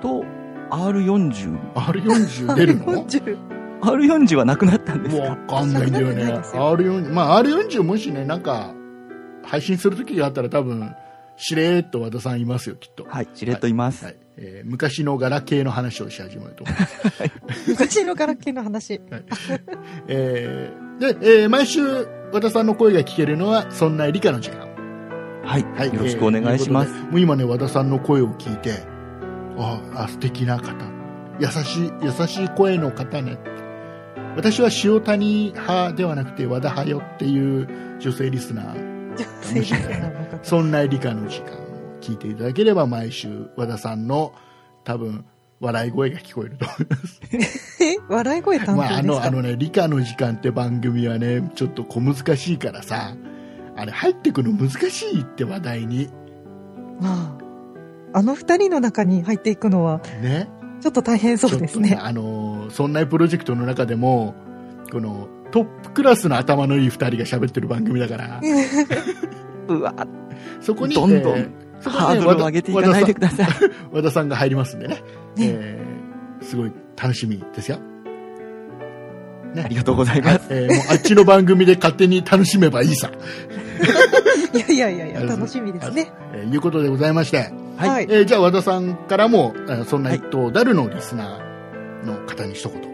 と R40。 R40 出る のも40 R40 はなくなったんでうすわかかんないんだよねそんなことないですよ R40 まあ R40 もしねなんか配信する時があったら多分しれーっと和田さんいますよきっと、はい、しれっといます。はいえー昔のガラケーの話をし始めると思います、昔のガラケーの話。えーで、えー毎週和田さんの声が聞けるのは「そんな理科の時間」はい、はいよろしくお願いしま。えす。ーとうことでもう今ね、和田さんの声を聞いて、ああ、素敵な方。優しい、優しい声の方ね。私は塩谷派ではなくて和田派よっていう女性リスナー、女性なのか そんな理科の時間を聞いていただければ毎週和田さんの多分笑い声が聞こえると思います。え笑い声担当ですまああか、の、あのね、理科の時間って番組はね、ちょっと小難しいからさ、あれ入ってくの難しいって話題に。まあ、あの二人の中に入っていくのは、 ね。ちょっと大変そうですちょっねと。あのーそんなプロジェクトの中でも、このトップクラスの頭のいい2人が喋ってる番組だから、うわ、そこに、どんどんえーそこにハードルを上げていかないで和ください。田和田さんが入りますんでね、ねえーすごい楽しみですよ。 ありがとうございます。えーもうあっちの番組で勝手に楽しめばいいさ、いやいやいやいや、楽しみですね。えーいうことでございまして、はいはい。えーじゃあ和田さんからも、えーそんな一頭だるのリスナーの方に一言。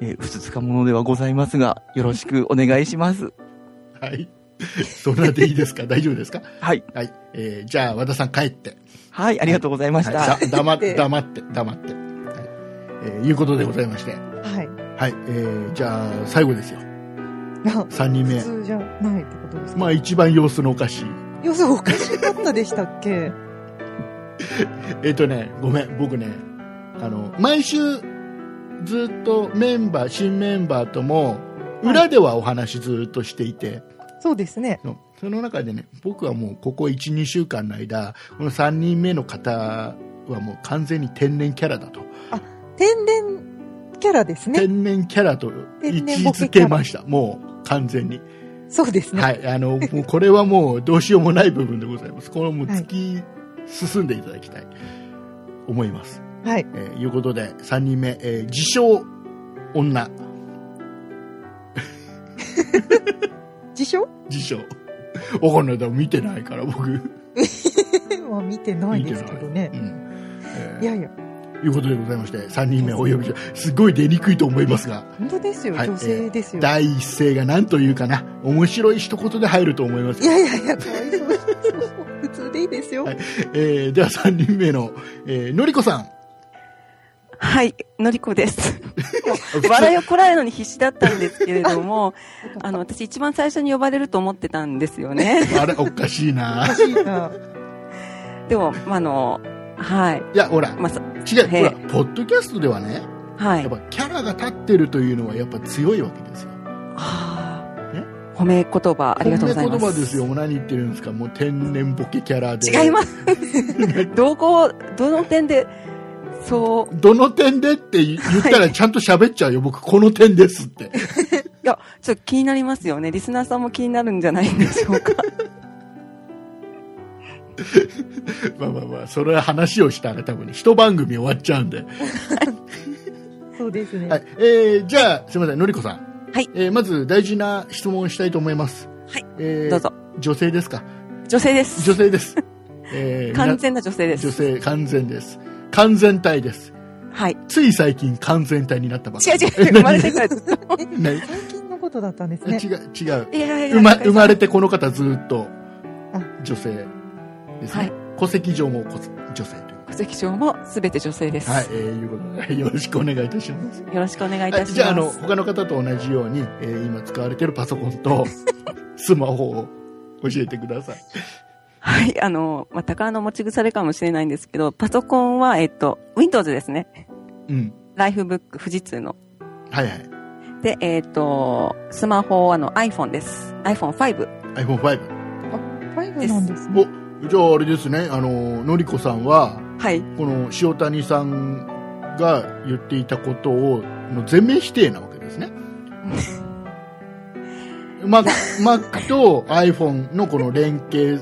えー、ふつつかものではございますが、よろしくお願いします。はい。 そんなでいいです か大丈夫ですかはい。はい。えーじゃあ和田さん帰って。はい、ありがとうございました。はい、だ黙っでて、黙って、黙って。はいえーいうことでございまして。はい。はい。えーじゃあ、最後ですよ。まあ3人目普。通じゃないってことですか、まあ、一番様子のおかしい。要するにおかしい女でしたっけえっ、とね、ごめん、僕ね、あの、毎週、ずっとメンバー、新メンバーとも、裏ではお話ずっとしていて、そうですね。そその中でね、僕はもうここ1、2週間の間、この3人目の方はもう完全に天然キャラだと。天然キャラですね。天然キャラと位天然置ボづケキャけラました。もう完全に。そうですね。はい、あの、もうこれはもうどうしようもない部分でございます。これはもう突き進んでいただきたい、思います。はい。えーいうことで、3人目、えー自称女、自称自称。 わかんない、だから見てないから、僕。は見てないですけどねう。ん。えーいやいや、いうことでございまして、3人目お呼びしすごい出にくいと思いますが、本当ですよ。はい女性ですよ。第一声が何というかな、面白い一言で入ると思いますい。やいやいや、かわいそう。普通でいいですよ。はいえーでは3人目の、えーのりこさん。はい、のり こです。笑いをこらえるのに必死だったんですけれど も、あの、私一番最初に呼ばれると思ってたんです よね。あれ、おかしいおなか。しいな。でも、まああの、はい、いや、ほら、まあ、さ違う、へほえら、ポッドキャストではね、はやいっ。ぱキャラが立ってるというのはやっぱ強いわけですよ。あねー褒め言葉、ありがとうございまこんなす。言葉ですよ。もう何言ってるんですかもう天然ボケキャラで。違います。 どこ、どの点で、そう、どの点でって言ったらちゃんと喋っちゃうよ。僕、この点です って。いや、ちょっと気になりますよね。リスナーさんも気になるんじゃないんでしょうか。まあまあまあ、それは話をしたら多分ね、一番組終わっちゃうんで。そうですね。はい。えー、じゃあ、すみません、のりこさん。はい。えー、まず大事な質問をしたいと思います。はい。 えー、どうぞ。女性ですか女性です。女性 です。えー完全な女性です。女性完全です完全体ですはい。つい最近完全体になったばっ違うかり違う、生まれてからずっと。 ね最近のことだったんです違ね。う違ういやいや生ま生まれてこの方ずっとあ女性ですね、はい戸籍上もこ女性という戸籍上もすべて女性です。はい、えー、いうことでよろしくお願いいたしますよろしくお願いいたします。じゃああの他の方と同じように、えー今使われてるパソコン とスマホを教えてくださいはい、あの、まあ、高の持ち腐れかもしれないんですけど、パソコンは、えっと、Windows ですね。うんライフブック、富士通の。はいはいで、えっと、スマホはあの iPhone です。iPhone5。 iPhone5 ファイブなんですね。おじゃああれですねあののりこさんははい。この塩谷さんが言っていたことをもう全面否定なわけですね。マック Mac と iPhone のこの連携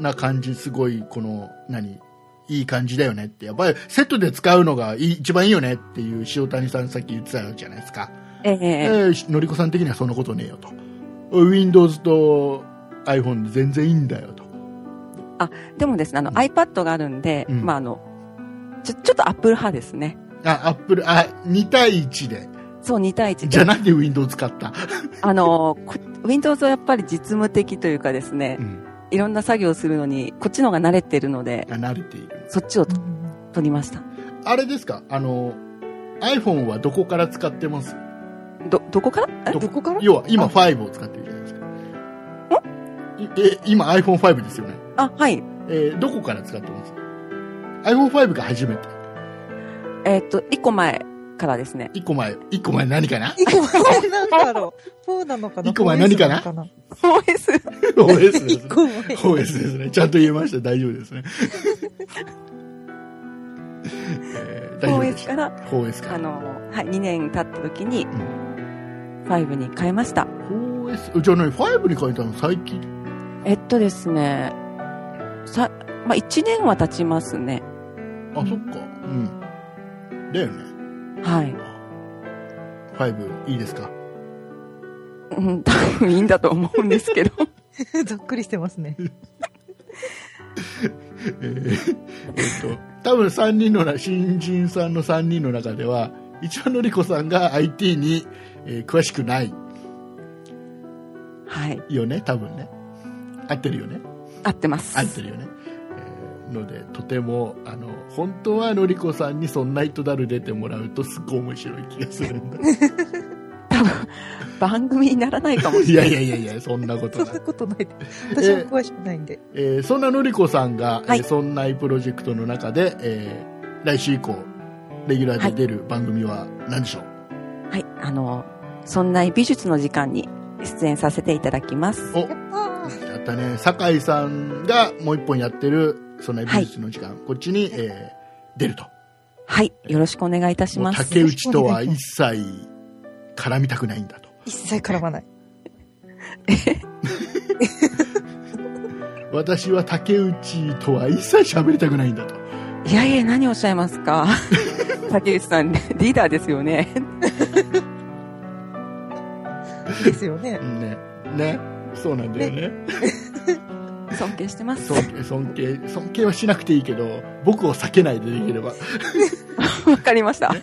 な感じ、すごい、この、何いい感じだよねって。やっぱりセットで使うのがいい一番いいよねっていう塩谷さんさっき言ってたじゃないですか。えええーのりこさん的にはそんなことねえよと。Windows と iPhone で全然いいんだよと。でもですね、あの、うん iPad があるんで、うんまあ、あの、ちょ、ちょっと Apple 派ですね。あ、Apple、あ、2対1で。そう、2対1じゃあで。なんで Windows 使ったあの、こ Windows はやっぱり実務的というかですねう、ん。いろんな作業をするのに、こっちの方が慣れてるのであ、慣れている。そっちをとうん取りました。あれですかあの、iPhone はどこから使ってますど、どこからえどどこから要は今5を使ってるじゃないですか。いえ、今 iPhone5 ですよね。あ、はい。えーどこから使ってます ?iPhone5 が初めて。えっ、と、1個前からですね。一個前、一個前何かな一個前なんだろう。4なのかな一個前何かな 4S の OS。?OS ですね 一。個前。 OS ですね。ちゃんと言えました。大丈夫ですね。 えー大丈夫で OS しかた。ら、 4S かあら。の、はい、2年経った時にん、 5に変えました。 4S、じゃあ何 ?5 に変えたの最近えっとですね、さ、まあ、1年は経ちますね。あ、そっか。うん。だよね。はい。 5、いいですかうん、多分いいんだと思うんですけど。ざっくりしてますね。えーえっと、多分3人のな、新人さんの3人の中では、一番のりこさんが IT に、えー詳しくない はい。よね、多分ね。合ってるよね。合ってます。合ってるよね。えーので、とても、あの、本当はのりこさんにそんな人だる出てもらうと、すっごい面白い気がする んだ。多分、 番組にならないかもいしやれない。いやいやいや、そんなことそんないな。ことない。私も詳しくないんで。えーそんなのりこさんが、はいえーそんなプロジェクトの中で、えー来週以降、レギュラーで出る番組は何でしょう、 はい。あの、そんな美術の時間に出演させていただきます。おやったね酒井さんがもう一本やってる「そんな美術の時間」こっちに、えー出るとはい。よろしくお願いいたしもまうす。竹内とは一切絡みたくないんだと一切絡まない。私は竹内とは一切喋りたくないんだといやいや、何をおっしゃいます か。竹内さん、リーダーですよね。ですよね。ねねそうなんだよね尊敬してます。尊敬尊敬尊敬はしなくていいけど僕を避けないでできればわかりました。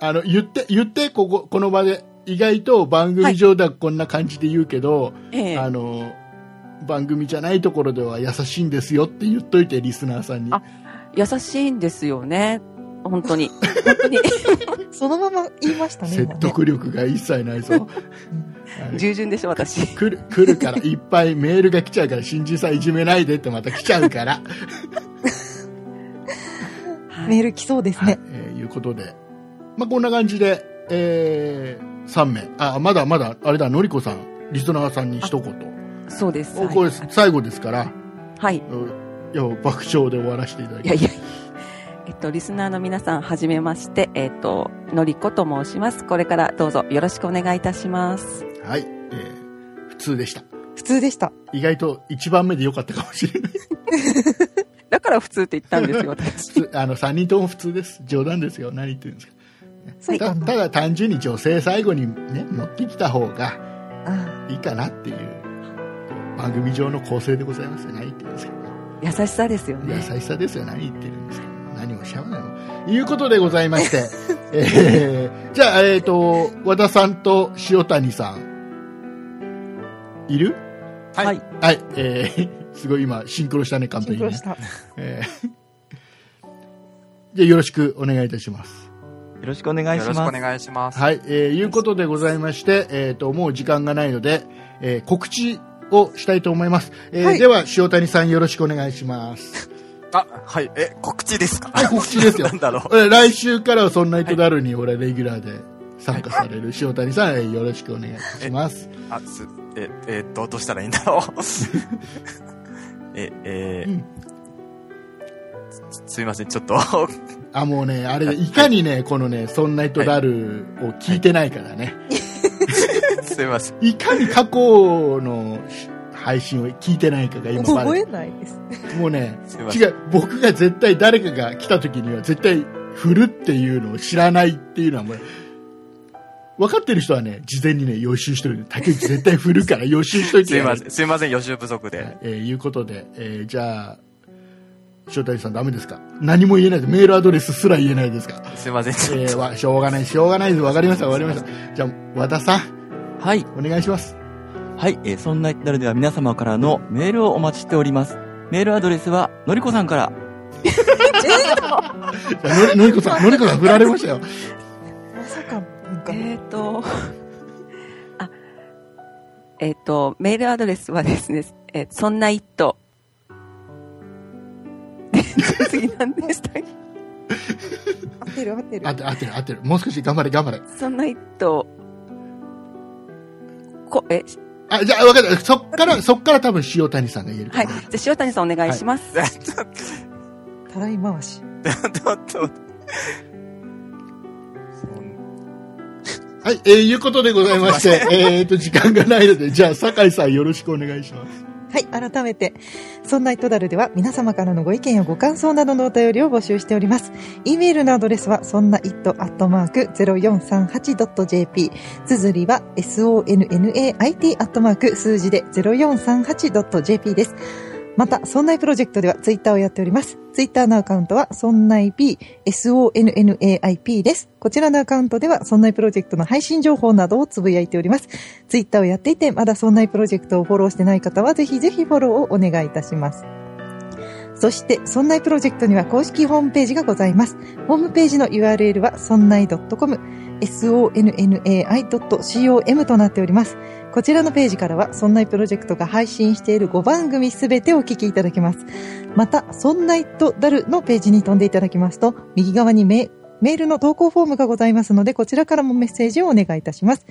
あの言って言ってこここの場で意外と番組上ではこんな感じで言うけど、ええあの、番組じゃないところでは優しいんですよって言っといて、リスナーさんに。あ優しいんですよね。本当に。 本当に。そのまま言いましたね。今説ね得力が一切ないぞ。はい従順でしょ、私。来る、来るから、いっぱいメールが来ちゃうから、新人さんいじめないでってまた来ちゃうから、はいメール来そうですね。えーいうことで。まあ、こんな感じで、えー、3名。あ、まだまだ、あれだ、のりこさん、リスナーさんに一言。そうです。おこれはい最後ですから、はい。うんいや、爆笑で終わらせていただいきやます。いや。えっと、リスナーの皆さん、はじめまして、えっと、のりこと申します。これからどうぞよろしくお願いいたします。はい。えー、普通でした。普通でした。意外と1番目で良かったかもしれない。だから普通って言ったん ですよ、私。普通あの3人とも普通です冗談ですよ何言ってるんですかそうたかたな。だ単純に女性最後にね持ってきた方があいいかなっていう番組上の構成でございますよ何言ってるんですか優しさですよね。優しさですよ何言ってるんですか何をしゃべないのということでございま して、えーじゃあ、えっと和田さんと塩谷さんいるはいはい、はいえー すごい今シンクロしたねあ、完シン璧クにロねした。えーじゃあよろしくお願いいたしますよろしくお願いしよろましくおす。願いします。はい、えーいうことでございまして、えっ、と、もう時間がないので、えー告知をしたいと思います。えーはいでは、塩谷さんよろしくお願いします。あ、はい。え、告知ですかはい、告知ですよ な。んだろえー来週からはそんな人だるに、俺、レギュラーで参加される塩谷さん、えーよろしくお願いします。う。あ、す、え、えーっと、どうしたらいいんだろう。 え、えーうんすすいません、ちょっと。 あ、もうね、あれ、いかにね、このね、そんな人だるを聞いてないからね、すいません。いかに過去の配信を聞いてないかが今バ覚レえないです。てもうねすいません違う僕が絶対誰かが来た時には絶対振るっていうのを知らないっていうのはもう分かってる人はね事前にね予習してるんで竹内絶対振るから予習しといてすいません、すいません、予習不足はいで。えーいうことで、えーじゃあ正太夫さんダメですか何も言えないですメールアドレスすら言えないですかすいません、ちょっえーわしょうがないしょうがないですわかりましたわかりましたじゃあ和田さんはい。お願いしますはい、えーそんな誰では皆様からのメールをお待ちしております。メールアドレスは、のりこさんから、じゃあのりのりこさんのりこさん振られましたよまさか、なんか、えっ、と、あ、えっ、と、メールアドレスはですね、えーそんな一途。で 次何でしたっけ合ってる合ってる合っ。てる合ってる合ってるもう少し頑張れ頑張れそんな一途。こえ、あじゃあ分かったそっからそっから多分塩谷さんが言えるはい。じゃあ塩谷さんお願いします。たらい回し。 と待って待ってはい、えー、いうことでございまして、えーと、時間がないので、じゃあ、酒井さんよろしくお願いします。はい、改めて。そんな糸だるでは皆様からのご意見やご感想などのお便りを募集しております。e メールのアドレスは、そんな it.0438.jp。綴りは、sonnait. 数字で 0438.jp です。また、そんないプロジェクトではツイッターをやっております。ツイッターのアカウントは、そんない p、sonnaip です。こちらのアカウントでは、そんないプロジェクトの配信情報などをつぶやいております。ツイッターをやっていて、まだそんなプロジェクトをフォローしてない方は、ぜひぜひフォローをお願いいたします。そして、そんないプロジェクトには公式ホームページがございます。ホームページの URL は、そんない .com、sonnai.com となっております。こちらのページからは、そんないプロジェクトが配信している5番組すべてお聞きいただけます。また、そんないとだるのページに飛んでいただきますと、右側にメメールの投稿フォームがございますので、こちらからもメッセージをお願いいたします。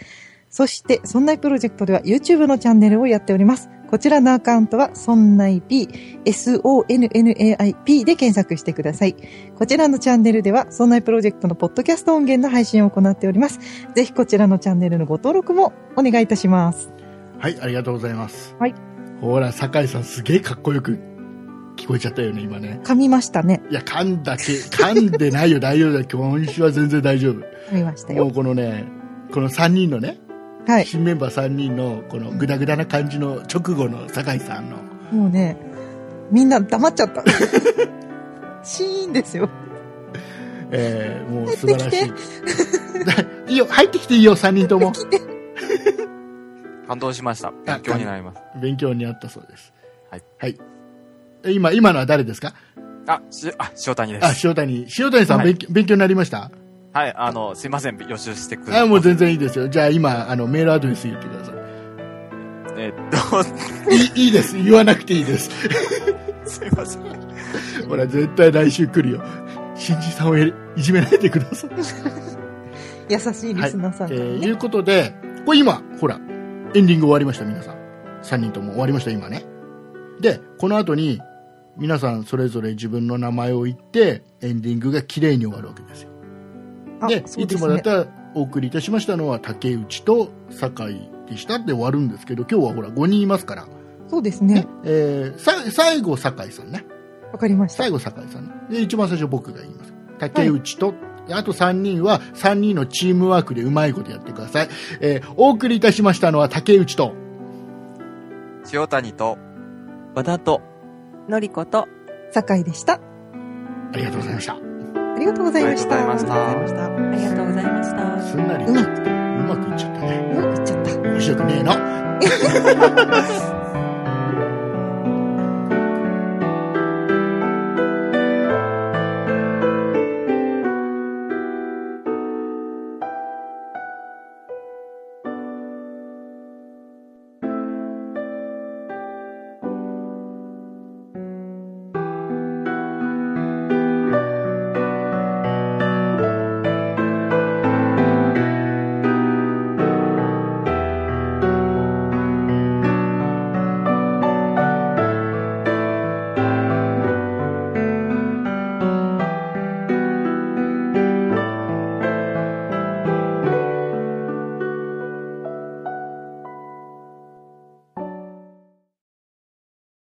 そして、そんないプロジェクトでは YouTube のチャンネルをやっております。こちらのアカウントは、そんない P、SONNAIP で検索してください。こちらのチャンネルでは、そんないプロジェクトのポッドキャスト音源の配信を行っております。ぜひこちらのチャンネルのご登録もお願いいたします。はい、ありがとうございます。はい。ほら、酒井さんすげえかっこよく聞こえちゃったよね、今ね。噛みましたね。いや、噛んだけ、噛んでないよ、大丈夫だよ。今週は全然大丈夫。噛みましたもよう。このね、この3人のね、はい。新メンバー3人の、このグダグダな感じの直後の酒井さんの、もうね、みんな黙っちゃった。 シーンですよ。えー、もう素晴らし い。いいよ、入ってきていいよ、3人とも。感動しました。勉強になります。勉強になったそうです。はい。え今、今のは誰ですかあ、し、あ、塩谷であ、す。塩谷。塩谷さん、はい勉強勉強になりましたはい、あの、すいません、予習してくあ、もう全然いいですよ。じゃあ今、あの、メールアドレス言ってくださえーっい。いいいです。言わなくていいです。と、 すいません。ほら、絶対来週来るよ。新人さんをやりいじめないでくださ い。優しいリスナーさんえからね、ー、いうことで、これ今、ほら、エンディング終わりました、皆さん。3人とも終わりました、今ね。で、この後に、皆さんそれぞれ自分の名前を言って、エンディングが綺麗に終わるわけですよ。あで、そういでつすもだねったらお送りいたしましたのは竹内と酒井でしたって終わるんですけど、今日はほら5人いますから、そうですねね。えーさ最後酒井さんね。わかりました。最後酒井さんね。で、一番最初僕が言います。竹内と、あと3人は3人のチームワークでうまいことやってください。えーお送りいたしましたのは竹内と、塩谷と、バタと、のりこと、酒井でした。ありがとうございました。ありがとうございました。ありがとうございました。ありがとうございました。すんなりうまくいっちゃったね。うわ、言っちゃった。面白くねえの。